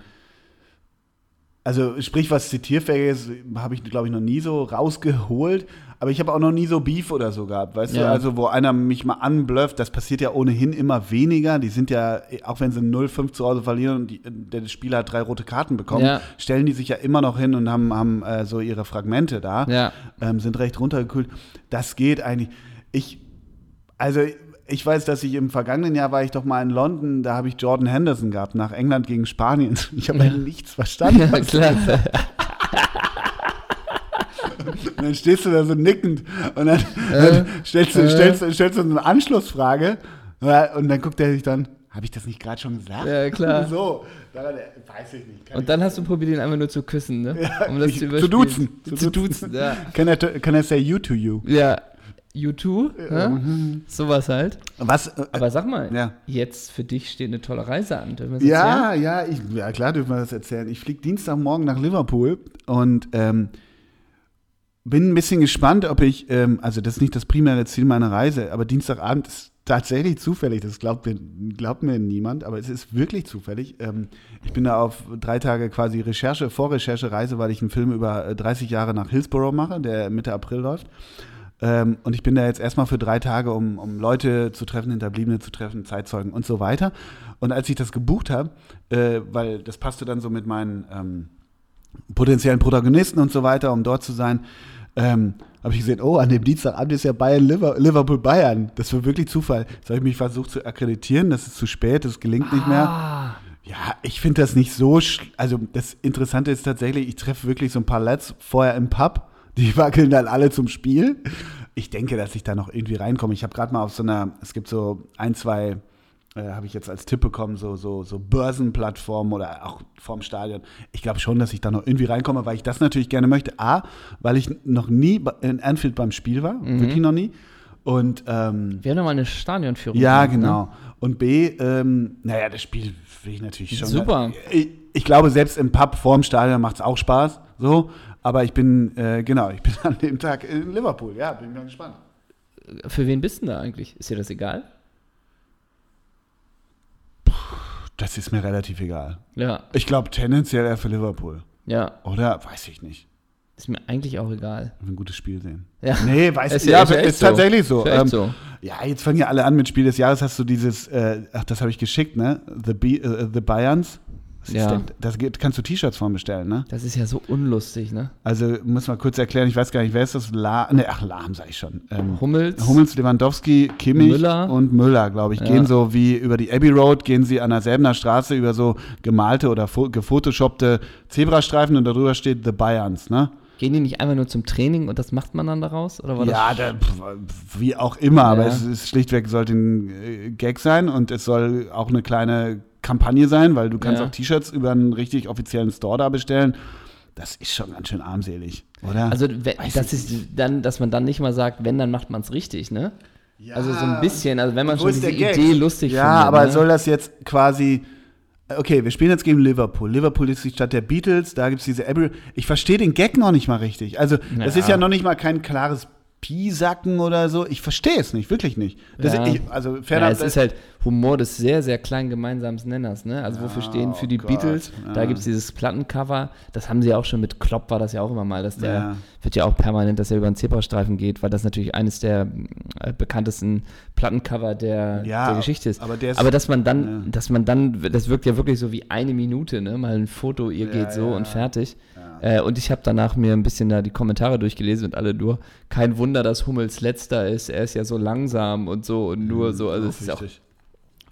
Speaker 1: Also sprich, was Zitierfähiges habe ich, glaube ich, noch nie so rausgeholt. Aber ich habe auch noch nie so Beef oder so gehabt, weißt du?
Speaker 2: Ja.
Speaker 1: Also wo einer mich mal anblöfft, das passiert ja ohnehin immer weniger. Die sind ja, auch wenn sie 0-5 zu Hause verlieren und die, der Spieler hat drei rote Karten bekommen,
Speaker 2: Ja.
Speaker 1: stellen die sich ja immer noch hin und haben, haben äh, so ihre Fragmente da
Speaker 2: Ja.
Speaker 1: ähm, sind recht runtergekühlt. Das geht eigentlich. Ich, also ich weiß, dass ich im vergangenen Jahr war ich doch mal in London, da habe ich Jordan Henderson gehabt, nach England gegen Spanien. Ich habe nichts verstanden.
Speaker 2: Ja, klar.
Speaker 1: Und dann stehst du da so nickend und
Speaker 2: Äh.
Speaker 1: dann, dann stellst, du, stellst, du- stellst du so eine Anschlussfrage ja, und dann guckt er sich dann, habe ich das nicht gerade schon gesagt?
Speaker 2: Ja, klar.
Speaker 1: So, daran, äh, weiß ich nicht. Kann
Speaker 2: Und dann hast du probiert, ihn einfach nur zu küssen, ne? um
Speaker 1: ich,
Speaker 2: das
Speaker 1: ich,
Speaker 2: zu
Speaker 1: zu,
Speaker 2: überspielen.
Speaker 1: duzen.
Speaker 2: Zu duzen, ja.
Speaker 1: Can I, t- can I say you to you?
Speaker 2: Ja, U2, ne? sowas halt.
Speaker 1: Was? äh,
Speaker 2: Aber sag mal,
Speaker 1: Ja.
Speaker 2: jetzt für dich steht eine tolle Reise an. Dürfen wir das erzählen?
Speaker 1: Ja, ja, ich, ja, klar dürfen wir das erzählen. Ich fliege Dienstagmorgen nach Liverpool und ähm, bin ein bisschen gespannt, ob ich, ähm, also das ist nicht das primäre Ziel meiner Reise, aber Dienstagabend ist tatsächlich zufällig, das glaubt mir, glaubt mir niemand, aber es ist wirklich zufällig. Ähm, ich bin da auf drei Tage quasi Recherche, Vorrecherche, Reise, weil ich einen Film über äh, 30 Jahre nach Hillsborough mache, der Mitte April läuft. Ähm, und ich bin da jetzt erstmal für drei Tage, um, um Leute zu treffen, Hinterbliebene zu treffen, Zeitzeugen und so weiter. Und als ich das gebucht habe, äh, weil das passte dann so mit meinen ähm, potenziellen Protagonisten und so weiter, um dort zu sein, ähm, habe ich gesehen, oh, an dem Dienstagabend ist ja Bayern Liver- Liverpool Bayern. Das war wirklich Zufall. Jetzt habe ich mich versucht zu akkreditieren, das ist zu spät, das gelingt nicht mehr.
Speaker 2: Ah,
Speaker 1: Ja, ich finde das nicht so. schl- Also, das Interessante ist tatsächlich, ich treffe wirklich so ein paar Lads vorher im Pub. Die wackeln dann alle zum Spiel. Ich denke, dass ich da noch irgendwie reinkomme. Ich habe gerade mal auf so einer, es gibt so ein, zwei, äh, habe ich jetzt als Tipp bekommen, so, so, so Börsenplattformen oder auch vorm Stadion. Ich glaube schon, dass ich da noch irgendwie reinkomme, weil ich das natürlich gerne möchte. A, weil ich noch nie bei- in Anfield beim Spiel war, wirklich noch nie. Und ähm,
Speaker 2: wir haben nochmal eine Stadionführung.
Speaker 1: ja,
Speaker 2: gemacht, ne?
Speaker 1: genau. Und B, ähm, naja, das Spiel will ich natürlich schon.
Speaker 2: Super.
Speaker 1: Ich, ich glaube, selbst im Pub vorm Stadion macht es auch Spaß. So. Aber ich bin, äh, genau, ich bin an dem Tag in Liverpool. Ja, bin mal gespannt.
Speaker 2: Für wen bist du denn da eigentlich? Ist dir das egal?
Speaker 1: Das ist mir relativ egal.
Speaker 2: Ja,
Speaker 1: Ich glaube tendenziell eher für Liverpool.
Speaker 2: ja,
Speaker 1: Oder? Weiß ich nicht.
Speaker 2: ist mir eigentlich auch egal.
Speaker 1: Ich will Ein gutes Spiel sehen.
Speaker 2: Ja.
Speaker 1: Nee, weiß
Speaker 2: Ist
Speaker 1: ich
Speaker 2: ja-
Speaker 1: Ja,
Speaker 2: ist ja echt
Speaker 1: ist
Speaker 2: so.
Speaker 1: tatsächlich so.
Speaker 2: Ist ja echt
Speaker 1: ähm,
Speaker 2: so.
Speaker 1: Ja, jetzt fangen ja alle an mit Spiel des Jahres. Hast du dieses, äh, ach, das habe ich geschickt, ne? The, Be äh, The Bayerns. Was
Speaker 2: Ja.
Speaker 1: ist denn? Das geht, kannst du T-Shirts von bestellen, ne?
Speaker 2: Das ist ja so unlustig, ne?
Speaker 1: Also muss mal kurz erklären, ich weiß gar nicht, wer ist das? La ne, ach, Lahm sage ich schon. Ähm,
Speaker 2: Hummels,
Speaker 1: Hummels, Lewandowski, Kimmich
Speaker 2: Müller.
Speaker 1: und Müller, glaube ich,
Speaker 2: Ja.
Speaker 1: gehen so wie über die Abbey Road, gehen sie an der Selbener Straße über so gemalte oder fo- gefotoshoppte Zebrastreifen und darüber steht The Bayerns, ne?
Speaker 2: gehen die nicht einfach nur zum Training und das macht man dann daraus? Oder war
Speaker 1: Ja, da, pf, wie auch immer, aber
Speaker 2: Ja.
Speaker 1: es ist schlichtweg sollte ein äh, Gag sein und es soll auch eine kleine Kampagne sein, weil du kannst
Speaker 2: Ja.
Speaker 1: auch T-Shirts über einen richtig offiziellen Store da bestellen. Das ist schon ganz schön armselig, oder?
Speaker 2: das? Also, we-
Speaker 1: Weiß
Speaker 2: das
Speaker 1: ich
Speaker 2: ist dann, dass man dann nicht mal sagt, wenn, dann macht man es richtig, ne? Also so ein bisschen, also wenn man
Speaker 1: Wo
Speaker 2: schon
Speaker 1: ist
Speaker 2: diese
Speaker 1: der Gag?
Speaker 2: Idee lustig
Speaker 1: ja,
Speaker 2: findet.
Speaker 1: aber
Speaker 2: ne?
Speaker 1: soll das jetzt quasi. Okay, wir spielen jetzt gegen Liverpool. Liverpool ist die Stadt der Beatles, da gibt es diese Abbey. Ich verstehe den Gag noch nicht mal richtig. Also, das
Speaker 2: Ja.
Speaker 1: ist ja noch nicht mal kein klares Piesacken oder so. Ich verstehe es nicht, wirklich nicht. Das
Speaker 2: Ja.
Speaker 1: ich, also,
Speaker 2: ja,
Speaker 1: ferner,
Speaker 2: es ist halt Humor des sehr, sehr kleinen gemeinsamen Nenners, ne? Also wofür stehen für die
Speaker 1: oh Gott,
Speaker 2: Beatles? Da
Speaker 1: ja.
Speaker 2: gibt es dieses Plattencover, das haben sie ja auch schon mit Klopp, war das ja auch immer mal, dass der
Speaker 1: Ja.
Speaker 2: wird ja auch permanent, dass er über einen Zebrastreifen geht, weil das natürlich eines der mh, äh, bekanntesten Plattencover der,
Speaker 1: Ja,
Speaker 2: der Geschichte ist.
Speaker 1: aber der ist-
Speaker 2: dass man dann,
Speaker 1: ja.
Speaker 2: dass man dann, das wirkt ja wirklich so wie eine Minute, ne? Mal ein Foto, ihr
Speaker 1: Ja,
Speaker 2: geht so
Speaker 1: ja.
Speaker 2: und fertig. Äh, und ich habe danach mir ein bisschen da die Kommentare durchgelesen und alle nur, kein Wunder, dass Hummels letzter ist, er ist ja so langsam und so und nur so. Also es ist auch
Speaker 1: Mhm, richtig.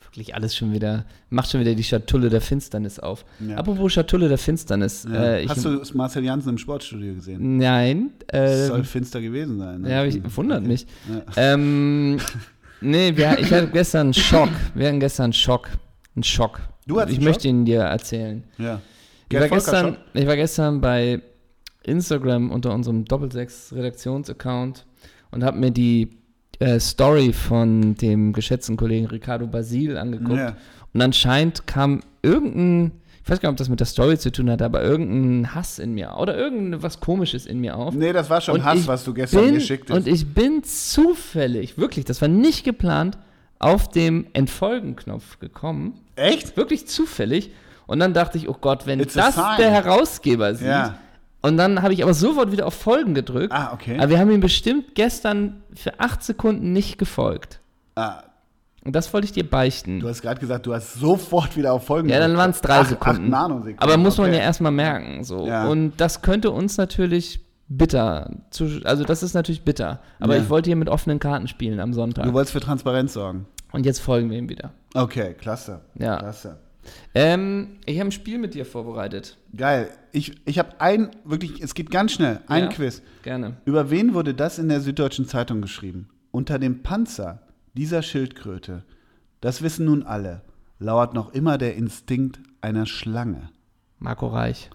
Speaker 2: wirklich alles schon wieder, macht schon wieder die Schatulle der Finsternis auf.
Speaker 1: Ja.
Speaker 2: Apropos Schatulle der Finsternis.
Speaker 1: Ja.
Speaker 2: Äh, ich,
Speaker 1: Hast du Marcel Janssen im Sportstudio gesehen?
Speaker 2: nein.
Speaker 1: Das
Speaker 2: Äh,
Speaker 1: soll finster gewesen sein. ne?
Speaker 2: ja, aber ich, wundert
Speaker 1: Okay.
Speaker 2: mich.
Speaker 1: Ja.
Speaker 2: Ähm, nee, wir, ich hatte gestern einen Schock. Wir hatten gestern einen Schock. Einen Schock.
Speaker 1: Du hattest
Speaker 2: ich
Speaker 1: einen
Speaker 2: möchte ihn dir erzählen.
Speaker 1: Ja.
Speaker 2: Ich war,
Speaker 1: Gerd Volker
Speaker 2: gestern,
Speaker 1: schon?
Speaker 2: ich war gestern bei Instagram unter unserem Doppelsechs-Redaktions-Account und habe mir die äh, Story von dem geschätzten Kollegen Ricardo Basil angeguckt.
Speaker 1: Ja.
Speaker 2: Und anscheinend kam irgendein, ich weiß gar nicht, ob das mit der Story zu tun hat, aber irgendein Hass in mir oder irgendwas Komisches in mir auf.
Speaker 1: Nee, das war schon
Speaker 2: Und
Speaker 1: Hass,
Speaker 2: ich
Speaker 1: was du gestern
Speaker 2: bin,
Speaker 1: geschickt hast.
Speaker 2: Und ich bin zufällig, wirklich, das war nicht geplant, auf dem Entfolgen-Knopf gekommen.
Speaker 1: Echt?
Speaker 2: Wirklich zufällig. Und dann dachte ich, oh Gott, wenn
Speaker 1: It's a
Speaker 2: das
Speaker 1: sign.
Speaker 2: der Herausgeber sieht.
Speaker 1: Ja.
Speaker 2: Und dann habe ich aber sofort wieder auf Folgen gedrückt.
Speaker 1: Ah, okay.
Speaker 2: Aber wir haben ihm bestimmt gestern für acht Sekunden nicht gefolgt.
Speaker 1: Ah,
Speaker 2: Und das wollte ich dir beichten.
Speaker 1: du hast gerade gesagt, du hast sofort wieder auf Folgen
Speaker 2: Ja, dann waren es drei
Speaker 1: Acht-
Speaker 2: Sekunden.
Speaker 1: acht Nanosekunden,
Speaker 2: Aber muss man
Speaker 1: okay.
Speaker 2: ja erstmal merken. So.
Speaker 1: Ja.
Speaker 2: Und das könnte uns natürlich bitter. Zu, also, das ist natürlich bitter. Aber
Speaker 1: Ja.
Speaker 2: ich wollte hier mit offenen Karten spielen am Sonntag.
Speaker 1: Du wolltest für Transparenz sorgen.
Speaker 2: Und jetzt folgen wir ihm wieder.
Speaker 1: Okay, klasse.
Speaker 2: Ja.
Speaker 1: Klasse.
Speaker 2: Ähm, ich habe ein Spiel mit dir vorbereitet.
Speaker 1: Geil. Ich, ich habe ein, wirklich, es geht ganz schnell, ein
Speaker 2: Ja.
Speaker 1: Quiz.
Speaker 2: Gerne.
Speaker 1: Über wen wurde das in der Süddeutschen Zeitung geschrieben? Unter dem Panzer dieser Schildkröte, das wissen nun alle, lauert noch immer der Instinkt einer Schlange.
Speaker 2: Marco Reich.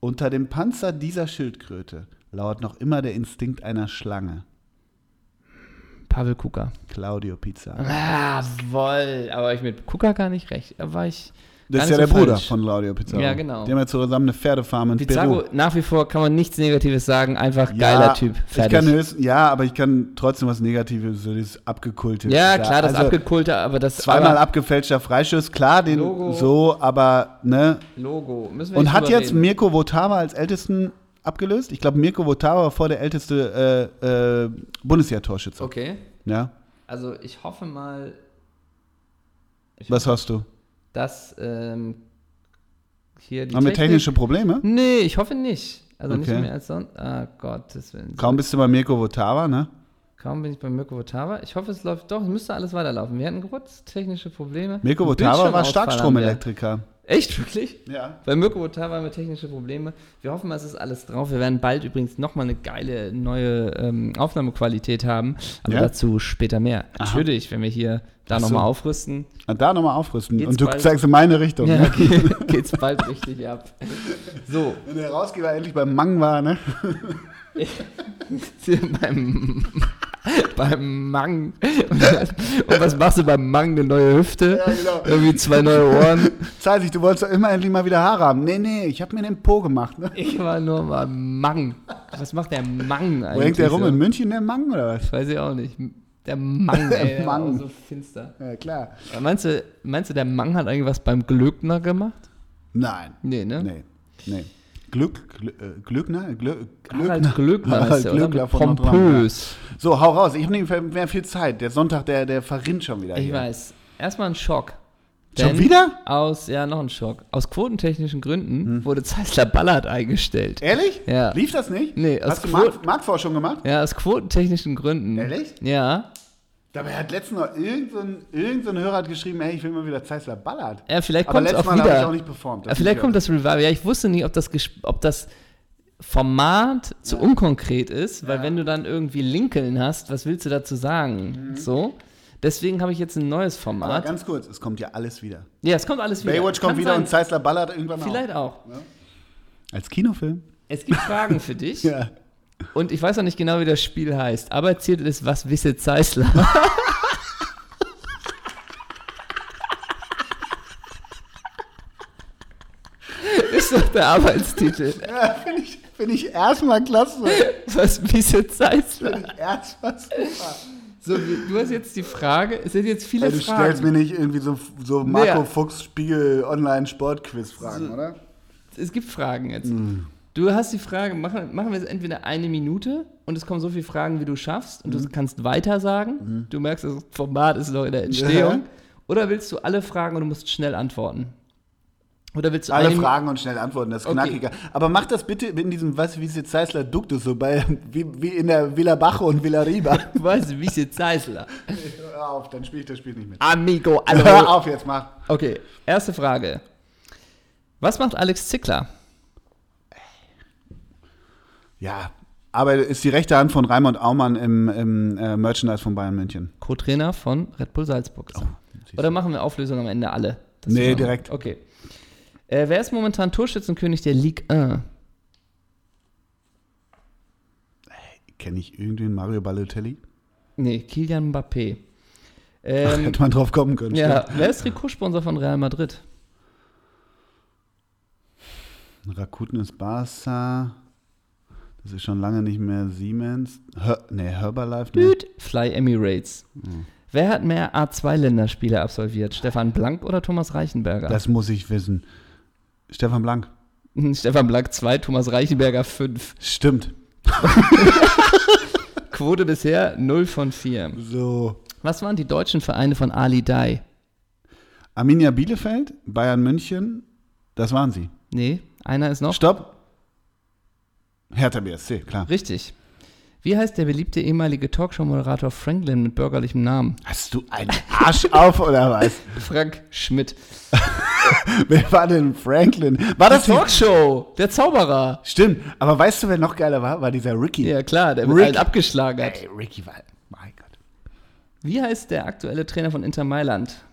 Speaker 1: Unter dem Panzer dieser Schildkröte lauert noch immer der Instinkt einer Schlange.
Speaker 2: Pavel Kuka.
Speaker 1: Claudio Pizza.
Speaker 2: Ah, Jawoll. Aber ich mit Kuka gar nicht recht. Da war ich.
Speaker 1: Das
Speaker 2: gar
Speaker 1: ist ja
Speaker 2: nicht
Speaker 1: der
Speaker 2: so
Speaker 1: Bruder
Speaker 2: falsch.
Speaker 1: von Claudio Pizza.
Speaker 2: Ja, genau.
Speaker 1: Die haben ja zusammen eine Pferdefarm in
Speaker 2: Pizarro,
Speaker 1: Peru.
Speaker 2: nach wie vor kann man nichts Negatives sagen. Einfach geiler Typ.
Speaker 1: Ich
Speaker 2: Fertig.
Speaker 1: kann höchst, ja, aber ich kann trotzdem was Negatives, so dieses abgekultet.
Speaker 2: ja, klar, das
Speaker 1: also,
Speaker 2: abgekulte, aber das
Speaker 1: Zweimal
Speaker 2: aber
Speaker 1: abgefälschter Freischuss, klar, den
Speaker 2: Logo.
Speaker 1: so, aber ne.
Speaker 2: Logo. Müssen wir
Speaker 1: Und
Speaker 2: nicht
Speaker 1: hat
Speaker 2: drüber
Speaker 1: jetzt
Speaker 2: reden.
Speaker 1: Mirko Votava als Ältesten abgelöst? Ich glaube, Mirko Votava war vor der älteste äh, äh, Bundesjahr-Torschütze.
Speaker 2: Okay.
Speaker 1: Ja,
Speaker 2: Also ich hoffe mal,
Speaker 1: was hast du?
Speaker 2: dass ähm, hier die
Speaker 1: Haben wir technische Probleme?
Speaker 2: Nee, ich hoffe nicht. Also
Speaker 1: Okay.
Speaker 2: nicht mehr als sonst. Ah, Gottes Willen.
Speaker 1: Kaum bist du bei Mirko Votava, ne?
Speaker 2: Kaum bin ich bei Mirko Votava. Ich hoffe, es läuft doch. Es müsste alles weiterlaufen. Wir hatten kurz technische Probleme.
Speaker 1: Mirko
Speaker 2: Ein
Speaker 1: Votava war
Speaker 2: Bildschirmausfall haben wir.
Speaker 1: Starkstromelektriker.
Speaker 2: Echt, wirklich?
Speaker 1: Ja.
Speaker 2: Bei Mirko Votava haben wir technische Probleme. Wir hoffen, es ist alles drauf. Wir werden bald übrigens nochmal eine geile neue ähm, Aufnahmequalität haben. Aber
Speaker 1: Ja?
Speaker 2: dazu später mehr. Natürlich, wenn wir hier da
Speaker 1: Ach so.
Speaker 2: nochmal aufrüsten.
Speaker 1: Und da nochmal aufrüsten.
Speaker 2: Geht's
Speaker 1: Und du
Speaker 2: bald?
Speaker 1: zeigst in meine Richtung.
Speaker 2: Ja,
Speaker 1: Ne?
Speaker 2: okay. geht's bald richtig ab. So,
Speaker 1: Wenn der Herausgeber endlich beim Mang war, ne?
Speaker 2: beim, beim Mang. Und was machst du beim Mang? Eine neue Hüfte?
Speaker 1: Ja, genau.
Speaker 2: Irgendwie zwei neue Ohren.
Speaker 1: Zeig dich, du wolltest doch immer endlich mal wieder Haare haben. Nee, nee, ich hab mir den Po gemacht, ne?
Speaker 2: Ich war nur mal Mang. Was macht der Mang eigentlich?
Speaker 1: Wo hängt der rum?
Speaker 2: so?
Speaker 1: In München, der Mang, oder was?
Speaker 2: Weiß ich auch nicht. Der Mang, ey.
Speaker 1: Der
Speaker 2: Der
Speaker 1: Mang.
Speaker 2: Mang. so finster.
Speaker 1: Ja, klar.
Speaker 2: Aber Meinst du, meinst du, der Mang hat eigentlich was beim Glöckner gemacht?
Speaker 1: Nein.
Speaker 2: Nee, ne?
Speaker 1: Nee, nee. Glück, Glü- äh, Glückner? Glü-
Speaker 2: Harald Glöckner
Speaker 1: Harald
Speaker 2: ist der, oder?
Speaker 1: Glöckler
Speaker 2: Mit
Speaker 1: von Notre Dame,
Speaker 2: Pompös.
Speaker 1: So, hau raus. Ich habe nicht mehr- mehr viel Zeit. Der Sonntag, der, der verrinnt schon wieder.
Speaker 2: Ich
Speaker 1: hier.
Speaker 2: weiß. Erstmal ein Schock.
Speaker 1: Schon
Speaker 2: Denn
Speaker 1: wieder? Hm.
Speaker 2: Aus, ja, noch ein Schock. Aus quotentechnischen Gründen wurde Zeissler Ballard eingestellt.
Speaker 1: Ehrlich?
Speaker 2: Ja.
Speaker 1: Lief das nicht?
Speaker 2: Nee, aus
Speaker 1: Hast du
Speaker 2: Quoten-
Speaker 1: Markt, Marktforschung gemacht?
Speaker 2: Ja, aus quotentechnischen Gründen.
Speaker 1: Ehrlich?
Speaker 2: Ja.
Speaker 1: Dabei hat letztens noch irgendein, irgendein Hörer hat geschrieben, hey, ich will mal wieder Zeissler Ballard.
Speaker 2: Ja, vielleicht
Speaker 1: Aber
Speaker 2: kommt es
Speaker 1: letztes
Speaker 2: auch
Speaker 1: Mal habe ich
Speaker 2: wieder.
Speaker 1: auch nicht performt.
Speaker 2: Ja, vielleicht kommt das Revival. Ja, ich wusste nie, ob das, gesp- ob das Format zu unkonkret ist, weil wenn du dann irgendwie Lincoln hast, was willst du dazu sagen? So. Deswegen habe ich jetzt ein neues
Speaker 1: Mhm. Aber
Speaker 2: Format.
Speaker 1: ganz kurz, es kommt ja alles wieder.
Speaker 2: Ja, es kommt alles wieder.
Speaker 1: Baywatch kommt
Speaker 2: Kann
Speaker 1: wieder
Speaker 2: sein.
Speaker 1: und Zeissler Ballard irgendwann
Speaker 2: Vielleicht auch.
Speaker 1: auch. Als Kinofilm?
Speaker 2: Es gibt Fragen für dich.
Speaker 1: Ja.
Speaker 2: Und ich weiß noch nicht genau, wie das Spiel heißt. Arbeitstitel ist Was wisse Zeissler? ist doch der Arbeitstitel.
Speaker 1: Ja, finde ich, find ich erstmal klasse.
Speaker 2: Was wisse Zeissler?
Speaker 1: Finde ich erstmal super.
Speaker 2: So, wie- du hast jetzt die Frage. Es sind jetzt viele
Speaker 1: Ey, du stellst
Speaker 2: Fragen.
Speaker 1: mir nicht irgendwie so, so Marco Fuchs Spiegel Online Sport Quiz Fragen, oder?
Speaker 2: Es gibt Fragen jetzt.
Speaker 1: Mm.
Speaker 2: Du hast die Frage, machen, machen wir es entweder eine Minute und es kommen so viele Fragen, wie du schaffst und
Speaker 1: Mm.
Speaker 2: du kannst weiter sagen. Du merkst, das Format ist noch in der Entstehung.
Speaker 1: Ja.
Speaker 2: Oder willst du alle Fragen und du musst schnell antworten? Oder willst du
Speaker 1: Alle
Speaker 2: eine Mi-
Speaker 1: Fragen und schnell antworten, das ist
Speaker 2: Okay.
Speaker 1: knackiger. Aber mach das bitte in diesem was wie ist jetzt Zeissler Duktus so bei wie, wie in der Villa Bache und Villa Riba.
Speaker 2: Du weißt, wie ist jetzt Zeisler?
Speaker 1: Hör auf, dann spiel ich das Spiel nicht mit.
Speaker 2: Amigo,
Speaker 1: Hör
Speaker 2: hallo.
Speaker 1: auf jetzt mach.
Speaker 2: Okay, erste Frage. Was macht Alex Zickler?
Speaker 1: Ja, aber ist die rechte Hand von Raimund Aumann im, im äh, Merchandise von Bayern München.
Speaker 2: Co-Trainer von Red Bull Salzburg.
Speaker 1: Oh.
Speaker 2: Oder machen wir Auflösung am Ende alle? Das
Speaker 1: Nee,
Speaker 2: machen wir.
Speaker 1: direkt.
Speaker 2: Okay. Äh, wer ist momentan Torschützenkönig der Ligue 1?
Speaker 1: Kenne ich irgendwen Mario Balotelli?
Speaker 2: Nee, Kilian Mbappé. Ähm,
Speaker 1: Hätte man drauf kommen können.
Speaker 2: ja, wer ist Trikotsponsor von Real Madrid?
Speaker 1: stimmt. Rakuten ist Barca. Das ist schon lange nicht mehr Siemens. Her, nee, Herbalife. Nee.
Speaker 2: Düt, Fly Emirates.
Speaker 1: Hm.
Speaker 2: Wer hat mehr A2-Länderspiele absolviert? Stefan Blank oder Thomas Reichenberger?
Speaker 1: Das muss ich wissen. Stefan Blank.
Speaker 2: Hm, Stefan Blank 2, Thomas Reichenberger 5.
Speaker 1: Stimmt.
Speaker 2: Quote bisher 0 von 4.
Speaker 1: So.
Speaker 2: Was waren die deutschen Vereine von Ali Dai?
Speaker 1: Arminia Bielefeld, Bayern München, das waren sie.
Speaker 2: Nee, einer ist noch.
Speaker 1: Stopp. Hertha BSC, klar.
Speaker 2: Richtig. Wie heißt der beliebte ehemalige Talkshow-Moderator Franklin mit bürgerlichem Namen?
Speaker 1: Hast du einen Arsch auf oder was?
Speaker 2: Frank Schmidt.
Speaker 1: Wer war denn Franklin? War das
Speaker 2: Die Talkshow, der Zauberer.
Speaker 1: Stimmt, aber weißt du, wer noch geiler war? War dieser Ricky.
Speaker 2: Ja, klar, der mit
Speaker 1: Rick.
Speaker 2: allen abgeschlagen hat.
Speaker 1: Ey, Ricky war. Mein Gott.
Speaker 2: Wie heißt der aktuelle Trainer von Inter Mailand?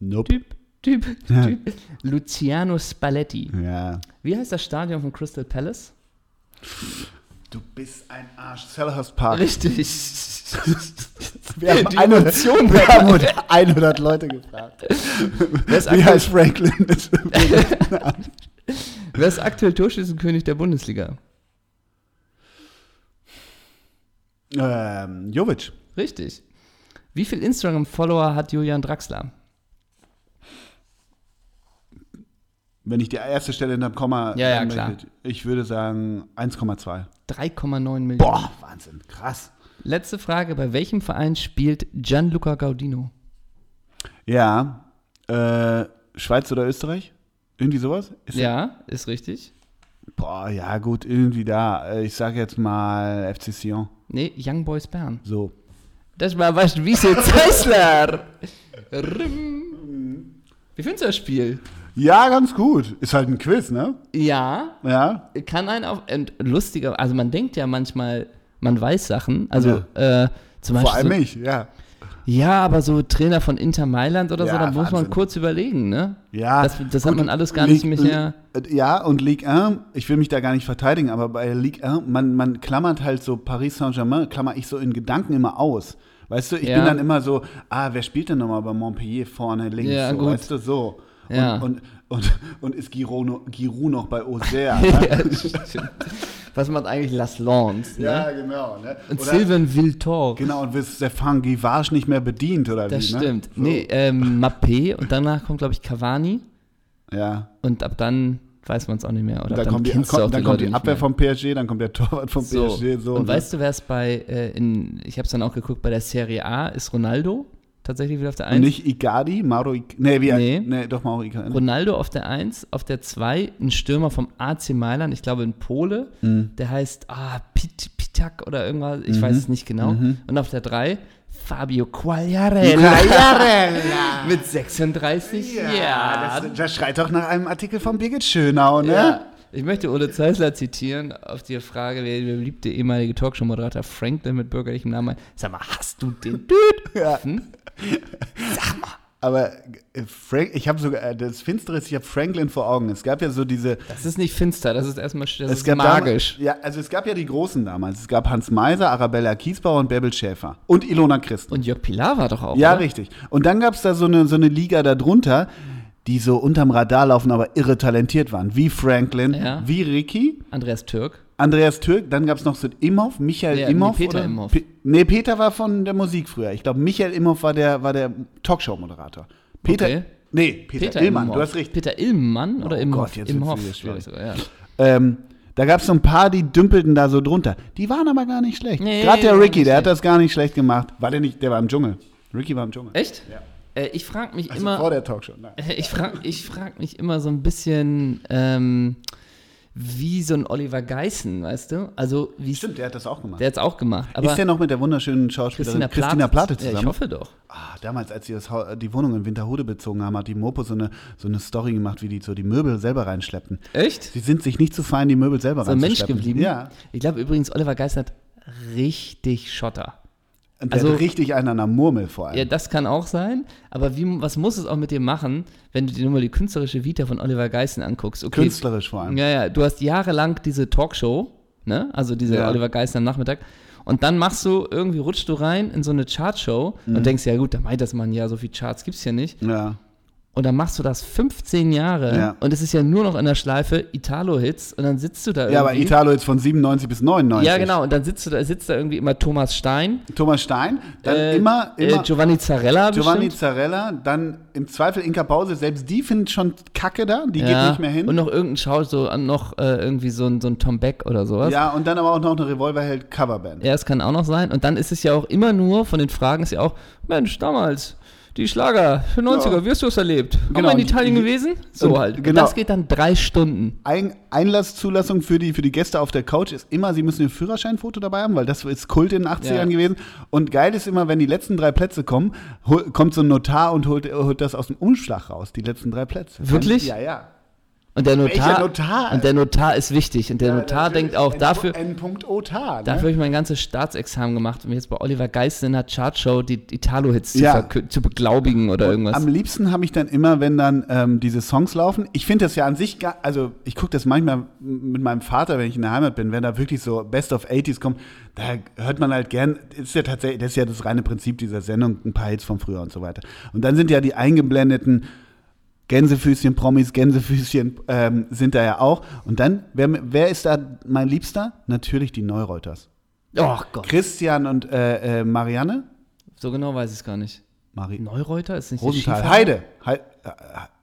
Speaker 1: Nope.
Speaker 2: Typ, Typ, Typ. Luciano Spalletti.
Speaker 1: Ja.
Speaker 2: Wie heißt das Stadion von Crystal Palace?
Speaker 1: Du bist ein Arsch. Selhurst Park.
Speaker 2: Richtig.
Speaker 1: Wir haben,
Speaker 2: Die
Speaker 1: 100,
Speaker 2: Emotion
Speaker 1: wir haben 100 Leute gefragt.
Speaker 2: Wer ist,
Speaker 1: Wie
Speaker 2: aktuell,
Speaker 1: heißt Franklin?
Speaker 2: wer ist aktuell Torschützenkönig der Bundesliga?
Speaker 1: ähm, Jovic.
Speaker 2: Richtig. Wie viel Instagram-Follower hat Julian Draxler?
Speaker 1: Wenn ich die erste Stelle in der Komma.
Speaker 2: Ja, ja,
Speaker 1: anmeldet, Ich würde sagen 1,2.
Speaker 2: 3,9 Millionen.
Speaker 1: Boah, Wahnsinn. Krass.
Speaker 2: Letzte Frage: Bei welchem Verein spielt Gianluca Gaudino?
Speaker 1: Ja. Äh, Schweiz oder Österreich? Irgendwie sowas? Ist
Speaker 2: Ja, ist richtig.
Speaker 1: Boah, ja, gut, irgendwie da. Äh, Ich sage jetzt mal FC Sion.
Speaker 2: Nee, Young Boys Bern.
Speaker 1: So.
Speaker 2: Das war was Wiese Zeissler. Rimm. Wie findest du das Spiel?
Speaker 1: Ja, ganz gut. Ist halt ein Quiz, ne?
Speaker 2: Ja,
Speaker 1: Ja.
Speaker 2: kann einen auch. Und lustiger, also man denkt ja manchmal, man weiß Sachen. Also, äh, zum Beispiel.
Speaker 1: Vor allem
Speaker 2: so,
Speaker 1: ich, ja.
Speaker 2: Ja, aber so Trainer von Inter Mailand oder so,
Speaker 1: Ja,
Speaker 2: da muss man
Speaker 1: Wahnsinn.
Speaker 2: kurz überlegen, ne?
Speaker 1: Ja.
Speaker 2: Das, das hat
Speaker 1: gut,
Speaker 2: man alles gar
Speaker 1: Ligue-
Speaker 2: nicht mehr.
Speaker 1: Li- äh, Ja, und Ligue 1, ich will mich da gar nicht verteidigen, aber bei Ligue 1, man, man klammert halt so Paris Saint-Germain, klammer ich so in Gedanken immer aus. Weißt du, ich
Speaker 2: Ja.
Speaker 1: bin dann immer so, ah, wer spielt denn nochmal bei Montpellier vorne links?
Speaker 2: Ja,
Speaker 1: so,
Speaker 2: gut.
Speaker 1: Weißt du, so.
Speaker 2: Ja.
Speaker 1: Und, und, und, und ist Giroud noch, Giroud noch bei Auxerre? ne?
Speaker 2: Ja, stimmt. Was macht eigentlich Las Lons? Ne?
Speaker 1: ja, genau. Ne?
Speaker 2: Und
Speaker 1: Oder-
Speaker 2: Sylvain Viltor.
Speaker 1: Genau, und wird Stefan Givage nicht mehr bedient, oder
Speaker 2: Das
Speaker 1: wie?
Speaker 2: stimmt.
Speaker 1: Ne? So.
Speaker 2: Nee, ähm, Mappé und danach kommt, glaube ich, Cavani
Speaker 1: Ja.
Speaker 2: und ab dann weiß man es auch nicht mehr. Oder ab
Speaker 1: Dann
Speaker 2: dann
Speaker 1: kommt die,
Speaker 2: kennst du auch
Speaker 1: kommt, dann
Speaker 2: die
Speaker 1: kommt
Speaker 2: Leute
Speaker 1: die
Speaker 2: nicht
Speaker 1: Abwehr
Speaker 2: mehr.
Speaker 1: vom PSG, dann kommt der Torwart vom
Speaker 2: so.
Speaker 1: PSG. So,
Speaker 2: Und
Speaker 1: ne?
Speaker 2: weißt du, wer es bei, äh, in, ich habe es dann auch geguckt, bei der Serie A ist Ronaldo tatsächlich wieder auf der
Speaker 1: und
Speaker 2: 1.
Speaker 1: nicht Icardi, Mauro Icardi. Nee, wie,
Speaker 2: Nee.
Speaker 1: nee. nee, doch Mauro Icardi.
Speaker 2: Ronaldo auf der 1, auf der 2 ein Stürmer vom AC Mailand, ich glaube in Pole,
Speaker 1: Mhm.
Speaker 2: der heißt ah, Pit, Pitak oder irgendwas, ich weiß es nicht genau.
Speaker 1: Mhm.
Speaker 2: Und auf der 3 Fabio Quagliarella
Speaker 1: Quagliarella.
Speaker 2: mit 36
Speaker 1: Ja,
Speaker 2: Jahren.
Speaker 1: Das, das schreit doch nach einem Artikel von Birgit Schönau, ne?
Speaker 2: Ja. Ich möchte Ole Zeisler zitieren auf die Frage, wer der beliebte ehemalige Talkshow-Moderator Franklin mit bürgerlichem Namen. Sag mal, hast du den Dude? offen?
Speaker 1: Aber äh, Frank, ich habe sogar, äh, das Finstere ist, ich habe Franklin vor Augen. Es gab ja so diese
Speaker 2: Das ist nicht finster, das ist erstmal sch- das
Speaker 1: Es
Speaker 2: ist
Speaker 1: gab
Speaker 2: magisch.
Speaker 1: Damals, ja, also es gab ja die Großen damals. Es gab Hans Meiser, Arabella Kiesbauer und Bärbel Schäfer. Und Ilona Christen.
Speaker 2: Und Jörg Pilar war doch auch.
Speaker 1: ja,
Speaker 2: oder?
Speaker 1: richtig. Und dann gab es da so eine, so eine Liga darunter, die so unterm Radar laufen, aber irre talentiert waren. Wie Franklin,
Speaker 2: Ja.
Speaker 1: wie Ricky,
Speaker 2: Andreas Türk.
Speaker 1: Andreas Türk. Dann gab es noch so Imhoff, Michael
Speaker 2: Ja, nee,
Speaker 1: Imhoff.
Speaker 2: Peter
Speaker 1: oder?
Speaker 2: Imhoff.
Speaker 1: Pe nee, Peter war von der Musik früher. Ich glaube, Michael Imhoff war der, war der Talkshow-Moderator. Peter,
Speaker 2: Okay.
Speaker 1: nee, Peter, Illmann, du hast recht.
Speaker 2: Peter Illmann oder
Speaker 1: Oh
Speaker 2: Imhoff?
Speaker 1: Gott, jetzt wird's
Speaker 2: Imhoff,
Speaker 1: wieder
Speaker 2: glaube ich sogar, ja.
Speaker 1: Ähm, da gab es so ein paar, die dümpelten da so drunter. Die waren aber gar nicht schlecht.
Speaker 2: Nee,
Speaker 1: Gerade der
Speaker 2: die waren
Speaker 1: Ricky,
Speaker 2: nicht
Speaker 1: der hat
Speaker 2: schlecht.
Speaker 1: das gar nicht schlecht gemacht. War der nicht, der war im Dschungel. Ricky war im Dschungel.
Speaker 2: Echt? Äh, ich frage mich
Speaker 1: Also
Speaker 2: immer.
Speaker 1: vor der Talkshow. Nein.
Speaker 2: Ich frage ich frag mich immer so ein bisschen ähm, wie so ein Oliver Geissen, weißt du? Also, wie
Speaker 1: Stimmt, der hat das auch gemacht.
Speaker 2: Der hat es auch gemacht. Aber
Speaker 1: ist der noch mit der wunderschönen Schauspielerin
Speaker 2: Christina,
Speaker 1: Christina, Plate
Speaker 2: Ja,
Speaker 1: zusammen?
Speaker 2: ich hoffe doch.
Speaker 1: ah, damals, als sie das, Hau- die Wohnung in Winterhude bezogen haben, hat die Mopo so eine, so eine Story gemacht, wie die so die Möbel selber reinschleppten.
Speaker 2: Echt?
Speaker 1: Sie sind sich nicht zu fein, die Möbel selber
Speaker 2: So ein Mensch
Speaker 1: reinzuschleppen.
Speaker 2: geblieben.
Speaker 1: Ja.
Speaker 2: Ich glaube übrigens, Oliver Geissen hat richtig Schotter.
Speaker 1: Und der
Speaker 2: Also-
Speaker 1: hat richtig einen an der Murmel vor allem.
Speaker 2: Ja, das kann auch sein. Aber wie, was muss es auch mit dir machen, wenn du dir nur mal die künstlerische Vita von Oliver Geissen anguckst? Okay,
Speaker 1: Künstlerisch vor allem.
Speaker 2: Ja, ja, du hast jahrelang diese Talkshow, ne? Also diese
Speaker 1: Ja.
Speaker 2: Oliver Geissen am Nachmittag. Und dann machst du, irgendwie rutschst du rein in so eine Chartshow
Speaker 1: Mhm.
Speaker 2: und denkst, ja gut, dann meint das man ja, so viel Charts gibt's ja nicht.
Speaker 1: ja.
Speaker 2: Und dann machst du das 15 Jahre
Speaker 1: Ja.
Speaker 2: und es ist ja nur noch in der Schleife Italo-Hits und dann sitzt du da irgendwie.
Speaker 1: Ja, aber Italo ist von 97 bis 99.
Speaker 2: Ja, genau. Und dann sitzt, du da, sitzt da irgendwie immer Thomas Stein,
Speaker 1: Thomas Stein, dann
Speaker 2: äh,
Speaker 1: immer, immer
Speaker 2: äh, Giovanni Zarella
Speaker 1: Giovanni
Speaker 2: bestimmt.
Speaker 1: Zarella, dann im Zweifel Inka Pause, selbst die findet schon Kacke da, die geht nicht mehr hin.
Speaker 2: Und noch irgendein Schau, so noch äh, irgendwie so ein, so ein Tom Beck oder sowas. Ja.
Speaker 1: ja, und dann aber auch noch eine Revolverheld Coverband.
Speaker 2: das kann auch noch sein. Und dann ist es ja auch immer nur, von den Fragen ist ja auch, Mensch, damals, die Schlager, 90er,
Speaker 1: Ja.
Speaker 2: wie hast du es erlebt? Auch
Speaker 1: Genau,
Speaker 2: mal in
Speaker 1: und-
Speaker 2: Italien gewesen? So
Speaker 1: und-
Speaker 2: halt.
Speaker 1: genau.
Speaker 2: Das geht dann drei Stunden.
Speaker 1: Ein, Einlasszulassung für die, für die Gäste auf der Couch ist immer, sie müssen ihr Führerscheinfoto dabei haben, weil das ist Kult in den 80ern
Speaker 2: Ja.
Speaker 1: gewesen. Und geil ist immer, wenn die letzten drei Plätze kommen, hol, kommt so ein Notar und holt, holt das aus dem Umschlag raus, die letzten drei Plätze.
Speaker 2: Wirklich?
Speaker 1: Ja, ja.
Speaker 2: Und der
Speaker 1: Welcher
Speaker 2: Notar,
Speaker 1: Notar?
Speaker 2: Und der Notar ist wichtig. Und der Notar denkt auch, dafür,
Speaker 1: N.O.T.A.
Speaker 2: dafür habe ich mein ganzes Staatsexamen gemacht, um jetzt bei Oliver Geist in der Chartshow die Italo-Hits
Speaker 1: Ja.
Speaker 2: zu, verkü- zu beglaubigen oder irgendwas.
Speaker 1: Am liebsten habe ich dann immer, wenn dann ähm, diese Songs laufen. Ich finde das ja an sich, gar, also ich gucke das manchmal mit meinem Vater, wenn ich in der Heimat bin, wenn da wirklich so Best of 80s kommt, da hört man halt gern, ist ja tatsächlich, das ist ja das reine Prinzip dieser Sendung, ein paar Hits von früher und so weiter. Und dann sind ja die eingeblendeten Gänsefüßchen, Promis, Gänsefüßchen ähm, sind da ja auch. Und dann, wer, wer ist da mein Liebster? Natürlich die Neureuters.
Speaker 2: oh Gott,
Speaker 1: Christian und äh, äh, Marianne?
Speaker 2: so genau weiß ich es gar nicht.
Speaker 1: Mari
Speaker 2: Neureuter ist nicht der
Speaker 1: Rosenthal.
Speaker 2: Skifahrer?
Speaker 1: Heide. Heide. Äh,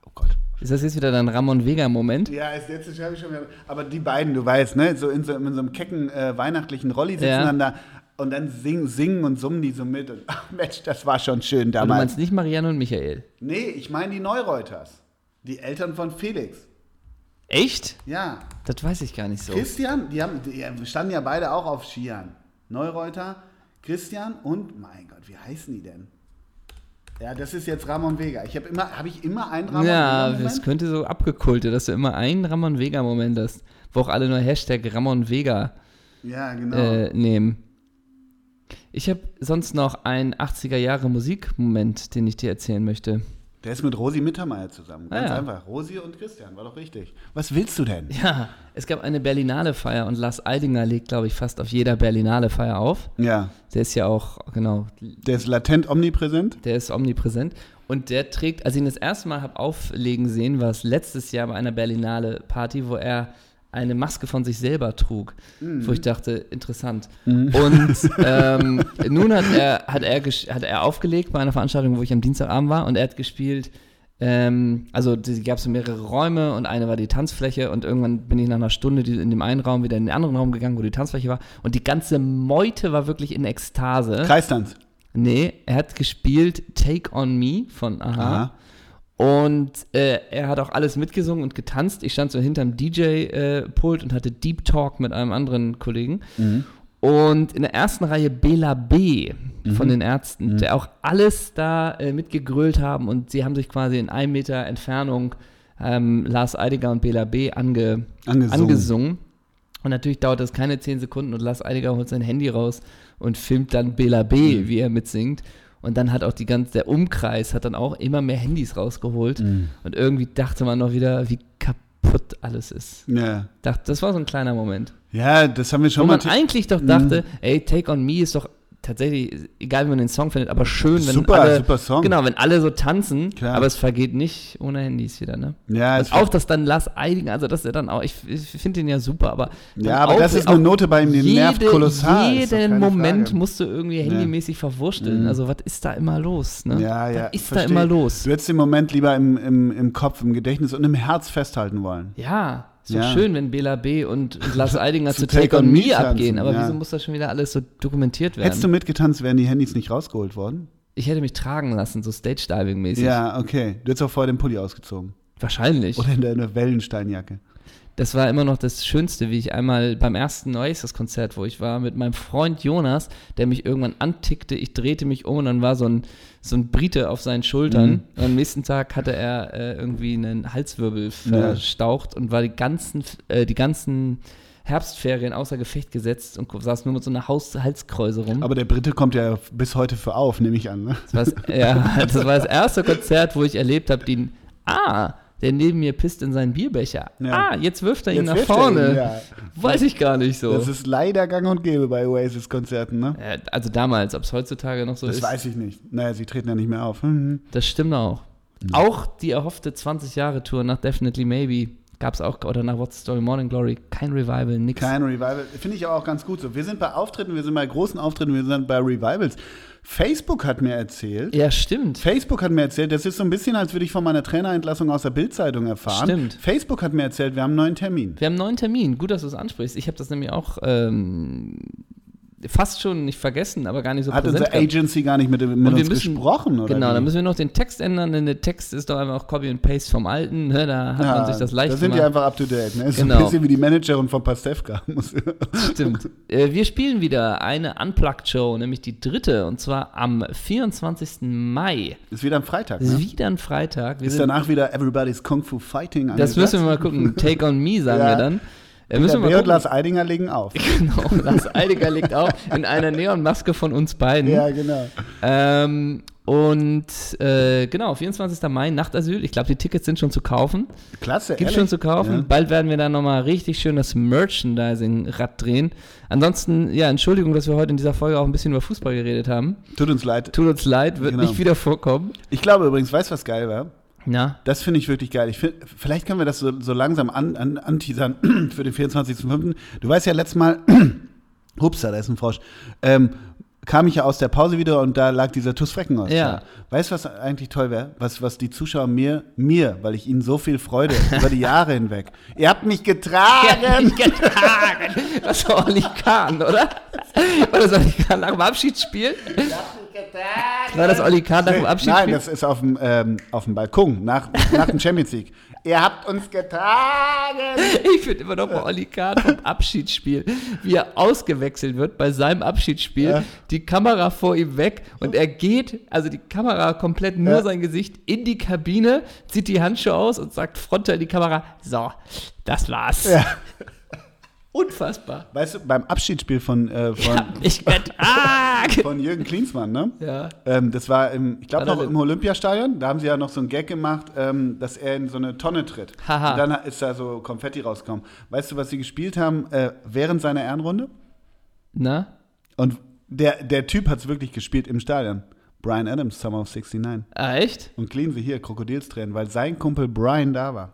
Speaker 1: oh Gott.
Speaker 2: Ist das jetzt wieder dein Ramon Vega-Moment?
Speaker 1: Ja, ist jetzt habe ich schon wieder. Aber die beiden, du weißt, ne? So in so, in so einem kecken äh, weihnachtlichen Rolli sitzen
Speaker 2: Ja.
Speaker 1: dann da und dann singen, singen und summen die so mit. Und, ach Mensch, das war schon schön
Speaker 2: Aber du
Speaker 1: damals.
Speaker 2: Also meinst nicht Marianne und Michael.
Speaker 1: Nee, ich meine die Neureuters. Die Eltern von Felix.
Speaker 2: Echt?
Speaker 1: Ja.
Speaker 2: Das weiß ich gar nicht so.
Speaker 1: Christian, die, haben, die standen ja beide auch auf Skiern. Neureuter, Christian und mein Gott, wie heißen die denn? Ja, das ist jetzt Ramon Vega. Ich habe immer, habe ich immer einen Ramon
Speaker 2: ja,
Speaker 1: Vega.
Speaker 2: es könnte so abgekultet, dass du immer einen Ramon Vega-Moment hast, wo auch alle nur Hashtag Ramon Vega
Speaker 1: Ja, genau.
Speaker 2: äh, nehmen. Ich habe sonst noch einen 80er Jahre Musikmoment, den ich dir erzählen möchte.
Speaker 1: Der ist mit Rosi Mittermeier zusammen. Ganz
Speaker 2: Ah, ja.
Speaker 1: einfach. Rosi und Christian, war doch richtig. Was willst du denn?
Speaker 2: Ja, es gab eine Berlinale-Feier und Lars Eidinger legt, glaube ich, fast auf jeder Berlinale-Feier auf.
Speaker 1: Ja,
Speaker 2: Der ist ja auch, genau,
Speaker 1: der ist latent omnipräsent.
Speaker 2: Der ist omnipräsent. Und der trägt, als ich ihn das erste Mal habe auflegen sehen, war es letztes Jahr bei einer Berlinale Party, wo er eine Maske von sich selber trug, wo ich dachte, interessant. Und ähm, nun hat er, hat, er gesch- hat er aufgelegt bei einer Veranstaltung, wo ich am Dienstagabend war, und er hat gespielt, ähm, also gab es mehrere Räume und eine war die Tanzfläche und irgendwann bin ich nach einer Stunde die- in dem einen Raum wieder in den anderen Raum gegangen, wo die Tanzfläche war und die ganze Meute war wirklich in Ekstase.
Speaker 1: Kreistanz.
Speaker 2: Nee, er hat gespielt Take on Me von Aha. Und äh, er hat auch alles mitgesungen und getanzt. Ich stand so hinterm DJ-Pult und hatte Deep Talk mit einem anderen Kollegen. Und in der ersten Reihe Bela B. von den Ärzten, der auch alles da äh, mitgegrölt haben. Und sie haben sich quasi in einem Meter Entfernung ähm, Lars Eidiger und Bela B. Ange
Speaker 1: Angesungen.
Speaker 2: angesungen. Und natürlich dauert das keine 10 Sekunden und Lars Eidiger holt sein Handy raus und filmt dann Bela B,
Speaker 1: Mhm.
Speaker 2: wie er mitsingt. Und dann hat auch die ganze, der Umkreis hat dann auch immer mehr Handys rausgeholt.
Speaker 1: Mhm.
Speaker 2: Und irgendwie dachte man noch wieder, wie kaputt alles ist.
Speaker 1: Ja.
Speaker 2: Dacht- Das war so ein kleiner Moment.
Speaker 1: ja, das haben wir schon
Speaker 2: Wo
Speaker 1: mal. Mhm.
Speaker 2: man eigentlich doch dachte, ey, Take on Me ist doch tatsächlich, egal wie man den Song findet, aber schön, wenn
Speaker 1: Super,
Speaker 2: alle,
Speaker 1: super Song.
Speaker 2: Genau, wenn alle so tanzen,
Speaker 1: Klar.
Speaker 2: aber es vergeht nicht ohne Handys wieder, ne?
Speaker 1: Ja, es
Speaker 2: und auch, dass dann Lars Eidinger, also dass er dann auch, ich, ich finde ihn ja super, aber dann
Speaker 1: ja, aber
Speaker 2: auch-
Speaker 1: das ist eine
Speaker 2: auch
Speaker 1: Note bei ihm, die nervt kolossal. ist doch
Speaker 2: Jeden
Speaker 1: keine
Speaker 2: Moment
Speaker 1: Frage. Mhm.
Speaker 2: musst du irgendwie handymäßig verwurschteln. Also was ist da immer los? Ne?
Speaker 1: Ja, ja.
Speaker 2: Was ist
Speaker 1: verstehe.
Speaker 2: da immer los?
Speaker 1: Du hättest den Moment lieber im, im, im Kopf, im Gedächtnis und im Herz festhalten wollen.
Speaker 2: Ja, ist doch
Speaker 1: Ja.
Speaker 2: schön, wenn Bela B. und, und Lars Eidinger zu Take on Me
Speaker 1: tanzen,
Speaker 2: abgehen, aber
Speaker 1: ja.
Speaker 2: wieso muss das schon wieder alles so dokumentiert werden?
Speaker 1: Hättest du mitgetanzt, wären die Handys nicht rausgeholt worden?
Speaker 2: ich hätte mich tragen lassen, so Stage-Diving-mäßig.
Speaker 1: Ja, okay. Du hättest auch vorher den Pulli ausgezogen.
Speaker 2: Wahrscheinlich.
Speaker 1: Oder in deiner
Speaker 2: Hm?
Speaker 1: Wellensteinjacke.
Speaker 2: Das war immer noch das Schönste, wie ich einmal beim ersten Oasis-Konzert, wo ich war, mit meinem Freund Jonas, der mich irgendwann antickte. Ich drehte mich um und dann war so ein, so ein Brite auf seinen
Speaker 1: Mhm.
Speaker 2: Schultern. Und am nächsten Tag hatte er äh, irgendwie einen Halswirbel verstaucht und war die ganzen, äh, die ganzen Herbstferien außer Gefecht gesetzt und saß nur mit so einer Haus Halskreuze rum.
Speaker 1: Aber der Brite kommt ja bis heute für auf, nehme ich an. Ne?
Speaker 2: Das war, das- ja, das war das erste Konzert, wo ich erlebt habe, den, ah, der neben mir pisst in seinen Bierbecher.
Speaker 1: Ja.
Speaker 2: Ah, jetzt wirft er ihn
Speaker 1: Jetzt
Speaker 2: nach
Speaker 1: wirft er
Speaker 2: vorne.
Speaker 1: ihn, ja.
Speaker 2: Weiß ich gar nicht so.
Speaker 1: Das ist leider gang und gäbe bei Oasis-Konzerten, ne?
Speaker 2: Äh, also damals, ob es heutzutage noch so
Speaker 1: Das
Speaker 2: ist,
Speaker 1: weiß ich nicht. Naja, sie treten ja nicht mehr auf. Mhm.
Speaker 2: das stimmt auch. Auch die erhoffte 20-Jahre-Tour nach Definitely Maybe gab es auch, oder nach What's the Story Morning Glory, kein Revival, nix.
Speaker 1: Kein Revival. Finde ich aber auch ganz gut so. Wir sind bei Auftritten, wir sind bei großen Auftritten, wir sind bei Revivals. Facebook hat mir erzählt,
Speaker 2: ja, stimmt.
Speaker 1: Facebook hat mir erzählt, das ist so ein bisschen, als würde ich von meiner Trainerentlassung aus der Bildzeitung erfahren.
Speaker 2: Stimmt.
Speaker 1: Facebook hat mir erzählt, wir haben einen neuen Termin.
Speaker 2: Wir haben einen neuen Termin. Gut, dass du es ansprichst. Ich habe das nämlich auch ähm, fast schon nicht vergessen, aber gar nicht so
Speaker 1: Hat unsere
Speaker 2: gehabt.
Speaker 1: Agency gar nicht mit, mit
Speaker 2: Und wir
Speaker 1: uns
Speaker 2: müssen-
Speaker 1: gesprochen, oder?
Speaker 2: Genau,
Speaker 1: wie?
Speaker 2: dann müssen wir noch den Text ändern, denn der Text ist doch einfach auch Copy and Paste vom Alten, ne? da hat
Speaker 1: Ja,
Speaker 2: man sich das leicht
Speaker 1: Da sind die
Speaker 2: gemacht.
Speaker 1: einfach up to date. Ne? Ist
Speaker 2: Genau.
Speaker 1: ein bisschen wie die Managerin von Pastewka. Muss-
Speaker 2: Stimmt. Äh, wir spielen wieder eine Unplugged-Show, nämlich die dritte, und zwar am 24. Mai.
Speaker 1: ist wieder am Freitag.
Speaker 2: Das ist
Speaker 1: Ne?
Speaker 2: wieder ein Freitag. Wir
Speaker 1: Ist
Speaker 2: sind,
Speaker 1: danach wieder Everybody's Kung Fu Fighting
Speaker 2: das müssen wir mal gucken. Take on Me, sagen
Speaker 1: Ja.
Speaker 2: wir dann. Äh, müssen wir
Speaker 1: Der Bär
Speaker 2: mal
Speaker 1: und
Speaker 2: gucken.
Speaker 1: Lars Eidinger legen auf.
Speaker 2: Genau, Lars Eidiger liegt auch in einer Neonmaske von uns beiden.
Speaker 1: ja, genau.
Speaker 2: Ähm, und äh, genau, 24. Mai, Nachtasyl. Ich glaube, die Tickets sind schon zu kaufen.
Speaker 1: Klasse,
Speaker 2: Gibt
Speaker 1: ehrlich.
Speaker 2: schon zu kaufen.
Speaker 1: Ja.
Speaker 2: Bald werden wir da nochmal richtig schön das Merchandising-Rad drehen. Ansonsten, ja, Entschuldigung, dass wir heute in dieser Folge auch ein bisschen über Fußball geredet haben.
Speaker 1: Tut uns leid.
Speaker 2: Tut uns leid, wird
Speaker 1: Genau.
Speaker 2: nicht wieder vorkommen.
Speaker 1: Ich glaube übrigens, weißt du, was geil war?
Speaker 2: Na,
Speaker 1: Das finde ich wirklich geil. Ich find, vielleicht können wir das so, so langsam an, an, anteasern für den 24.05. Du weißt ja, letztes Mal, hupsa, da ist ein Frosch, ähm, kam ich ja aus der Pause wieder und da lag dieser Tuss Frecken aus.
Speaker 2: Ja.
Speaker 1: Da. Weißt du, was eigentlich toll wäre? Was, was die Zuschauer mir, mir, weil ich ihnen so viel Freude über die Jahre hinweg. Ihr habt mich getragen!
Speaker 2: das war Oli Kahn, oder? War das Oli Kahn nach dem Abschiedsspiel? War das Oli Kahn nach dem
Speaker 1: Nein,
Speaker 2: Abschiedsspiel?
Speaker 1: das ist auf dem, ähm, auf dem Balkon nach, nach dem Champions League. Ihr habt uns getragen!
Speaker 2: Ich finde immer noch mal Olli Kahn vom Abschiedsspiel, wie er ausgewechselt wird bei seinem Abschiedsspiel,
Speaker 1: Ja.
Speaker 2: die Kamera vor ihm weg und er geht, also die Kamera komplett nur
Speaker 1: Ja.
Speaker 2: sein Gesicht in die Kabine, zieht die Handschuhe aus und sagt frontal in die Kamera, so, das war's.
Speaker 1: Ja.
Speaker 2: Unfassbar.
Speaker 1: Weißt du, beim Abschiedsspiel von, äh, von,
Speaker 2: Ja, ich werd, ah,
Speaker 1: von Jürgen Klinsmann, ne?
Speaker 2: ja.
Speaker 1: Ähm, das war im, ich glaube
Speaker 2: War da
Speaker 1: noch
Speaker 2: denn-
Speaker 1: im Olympiastadion. Da haben sie ja noch so einen Gag gemacht, ähm, dass er in so eine Tonne tritt.
Speaker 2: Haha.
Speaker 1: Und dann ist da so Konfetti rausgekommen. Weißt du, was sie gespielt haben äh, während seiner Ehrenrunde?
Speaker 2: Na?
Speaker 1: Und der, der Typ hat es wirklich gespielt im Stadion. Brian Adams, Summer of 69.
Speaker 2: Ah, echt?
Speaker 1: Und clean sie hier, Krokodilstränen, weil sein Kumpel Brian da war.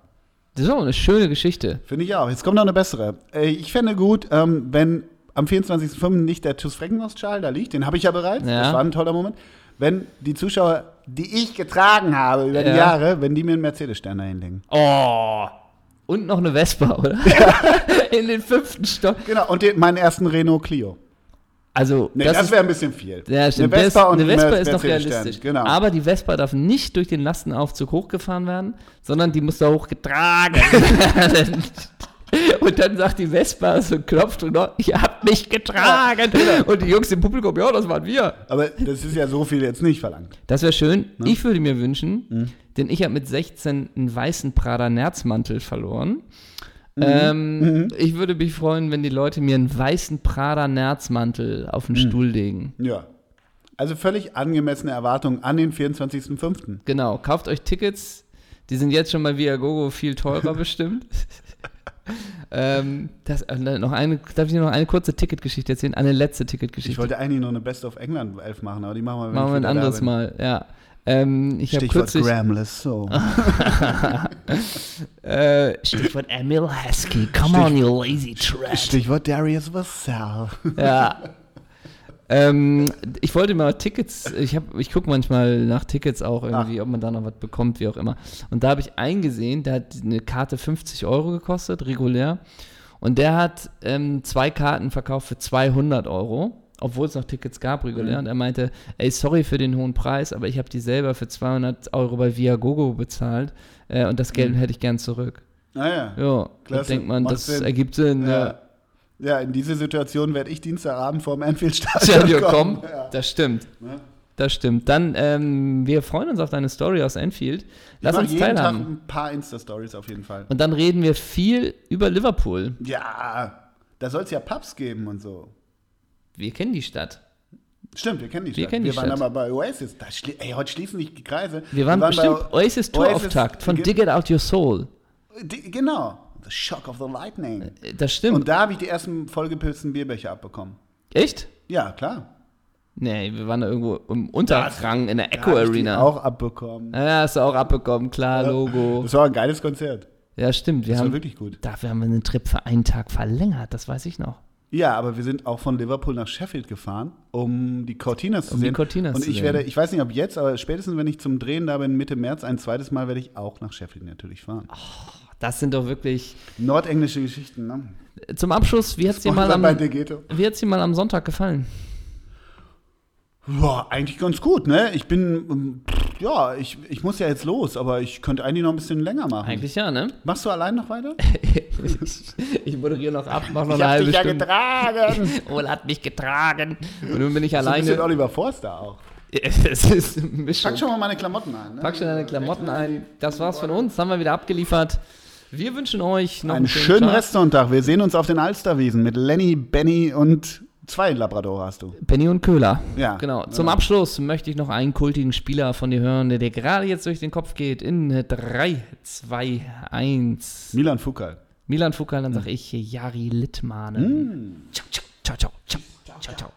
Speaker 2: Das ist auch eine schöne Geschichte.
Speaker 1: Finde ich auch. Jetzt kommt noch eine bessere. Äh, ich fände gut, ähm, wenn am 24.05. nicht der TuS Freckenhaus-Schal da liegt, den habe ich ja bereits,
Speaker 2: Ja.
Speaker 1: das war ein toller Moment, wenn die Zuschauer, die ich getragen habe über
Speaker 2: Ja.
Speaker 1: die Jahre, wenn die mir einen Mercedes-Stern dahinlegen.
Speaker 2: Oh. Und noch eine Vespa, oder? in den fünften Stock.
Speaker 1: Genau, und den, meinen ersten Renault Clio.
Speaker 2: Also,
Speaker 1: Nee,
Speaker 2: das
Speaker 1: das,
Speaker 2: ist
Speaker 1: wäre ein bisschen viel.
Speaker 2: Ja, stimmt.
Speaker 1: Eine Vespa und
Speaker 2: eine
Speaker 1: ein
Speaker 2: Vespa ist noch
Speaker 1: Mercedes-Stern,
Speaker 2: realistisch.
Speaker 1: Genau.
Speaker 2: Aber die Vespa darf nicht durch den Lastenaufzug hochgefahren werden, sondern die muss da hochgetragen werden. Und dann sagt die Vespa so klopft und noch, ich hab mich getragen.
Speaker 1: genau.
Speaker 2: Und die Jungs im Publikum, ja, das waren wir.
Speaker 1: Aber das ist ja so viel jetzt nicht verlangt.
Speaker 2: Das wäre schön.
Speaker 1: Ne?
Speaker 2: Ich würde mir wünschen,
Speaker 1: Mhm.
Speaker 2: denn ich habe mit 16 einen weißen Prada Nerzmantel verloren.
Speaker 1: Mhm.
Speaker 2: Ähm, Ich würde mich freuen, wenn die Leute mir einen weißen Prada Nerzmantel auf
Speaker 1: Mhm.
Speaker 2: den Stuhl legen.
Speaker 1: Ja. Also völlig angemessene Erwartungen an den 24.05.
Speaker 2: Genau, kauft euch Tickets. Die sind jetzt schon bei Viagogo viel teurer bestimmt. ähm, das, äh, noch eine, darf ich dir noch eine kurze Ticketgeschichte erzählen? Eine letzte
Speaker 1: Ich
Speaker 2: Ticketgeschichte.
Speaker 1: wollte eigentlich noch eine Best of England 11 machen, aber die machen wir, wenn
Speaker 2: Machen
Speaker 1: ich
Speaker 2: wir ein
Speaker 1: wieder da
Speaker 2: anderes
Speaker 1: bin.
Speaker 2: Mal, ja. Ähm, ich habe
Speaker 1: Stichwort
Speaker 2: kürzlich. Ah,
Speaker 1: Gramless Soul.
Speaker 2: Äh, Stichwort Emil Heskey. Come on, you lazy trash.
Speaker 1: Stichwort Darius Vassell.
Speaker 2: Ja. ähm, ich wollte mal Tickets, ich, hab- ich gucke manchmal nach Tickets auch irgendwie, ob man da noch was bekommt, wie auch immer. Und da habe ich eingesehen, da hat eine Karte 50 Euro gekostet, regulär. Und der hat ähm, zwei Karten verkauft für 200 Euro, obwohl es noch Tickets gab,
Speaker 1: Mhm.
Speaker 2: regulär. Und er meinte, ey, sorry für den hohen Preis, aber ich habe die selber für 200 Euro bei Viagogo bezahlt äh, und das Geld hätte ich gern zurück.
Speaker 1: Naja.
Speaker 2: Ja, da
Speaker 1: Mhm. Klasse,
Speaker 2: denkt man,
Speaker 1: macht
Speaker 2: das
Speaker 1: Sinn.
Speaker 2: ergibt Sinn.
Speaker 1: Ja.
Speaker 2: Ja.
Speaker 1: ja. in diese Situation werde ich Dienstagabend vorm Anfield-Stadion
Speaker 2: Stadion
Speaker 1: kommen.
Speaker 2: kommen. Das stimmt. Das stimmt. Dann, ähm, wir freuen uns auf deine Story aus Enfield. Lass
Speaker 1: ich mach
Speaker 2: uns
Speaker 1: jeden Tag
Speaker 2: teilhaben.
Speaker 1: ein paar Insta-Stories auf jeden Fall.
Speaker 2: Und dann reden wir viel über Liverpool.
Speaker 1: Ja, da soll es ja Pubs geben und so.
Speaker 2: Wir kennen die Stadt.
Speaker 1: Stimmt, wir kennen die Stadt.
Speaker 2: Wir kennen die
Speaker 1: waren
Speaker 2: Stadt.
Speaker 1: aber bei Oasis. Da schli ey, heute schließen sich die Kreise.
Speaker 2: Wir waren, bestimmt Oasis Tourauftakt von
Speaker 1: Ge-
Speaker 2: Dig It Out Your Soul.
Speaker 1: Di- Genau. The Shock of the Lightning.
Speaker 2: Äh, Das stimmt.
Speaker 1: Und da habe ich die ersten vollgepilzten Bierbecher abbekommen.
Speaker 2: Echt?
Speaker 1: Ja, klar.
Speaker 2: Nee, wir waren da irgendwo im Unterrang in der Echo
Speaker 1: Da hab ich die
Speaker 2: Arena.
Speaker 1: Auch abbekommen.
Speaker 2: Ja, hast du auch abbekommen, klar, Logo.
Speaker 1: Das war ein geiles Konzert.
Speaker 2: Ja, stimmt. Wir
Speaker 1: Das war
Speaker 2: haben,
Speaker 1: wirklich gut.
Speaker 2: dafür haben wir einen Trip für einen Tag verlängert, das weiß ich noch.
Speaker 1: Ja, aber wir sind auch von Liverpool nach Sheffield gefahren, um die Cortinas zu
Speaker 2: Um die
Speaker 1: sehen.
Speaker 2: Cortinas
Speaker 1: Und
Speaker 2: zu
Speaker 1: ich
Speaker 2: sehen.
Speaker 1: werde, ich weiß nicht, ob jetzt, aber spätestens, wenn ich zum Drehen da bin, Mitte März, ein zweites Mal werde ich auch nach Sheffield natürlich fahren.
Speaker 2: Das sind doch wirklich.
Speaker 1: Nordenglische Geschichten, ne?
Speaker 2: Zum Abschluss, wie hat es dir, mal
Speaker 1: Sponsor
Speaker 2: am-
Speaker 1: bei Degeto.
Speaker 2: wie hat's dir mal am Sonntag gefallen?
Speaker 1: Ja, eigentlich ganz gut, ne? Ich bin, ähm, ja, ich, ich muss ja jetzt los, aber ich könnte eigentlich noch ein bisschen länger machen.
Speaker 2: Eigentlich ja, ne?
Speaker 1: Machst du allein noch weiter?
Speaker 2: ich, ich moderiere noch ab, mach noch eine halbe Stunde.
Speaker 1: getragen.
Speaker 2: Ola hat mich getragen. Und nun bin ich
Speaker 1: So ein bisschen
Speaker 2: alleine.
Speaker 1: Oliver Forster auch.
Speaker 2: Es ist eine Mischung.
Speaker 1: Pack schon mal meine Klamotten an. Ne?
Speaker 2: Pack schon deine Klamotten ein. Das war's von uns. Haben wir wieder abgeliefert. Wir wünschen euch noch
Speaker 1: Einen schönen
Speaker 2: Tag.
Speaker 1: Restsonntag. Wir sehen uns auf den Alsterwiesen mit Lenny, Benny und zwei Labrador hast du.
Speaker 2: Benny und Köhler.
Speaker 1: Ja.
Speaker 2: Genau. Zum Abschluss möchte ich noch einen kultigen Spieler von dir hören, der dir gerade jetzt durch den Kopf geht. In 3, 2, 1.
Speaker 1: Milan Fukal.
Speaker 2: Mm. Milan Fukal, dann sag ich Jari Littmanen. Ciao, ciao, ciao, ciao, ciao, ciao, ciao.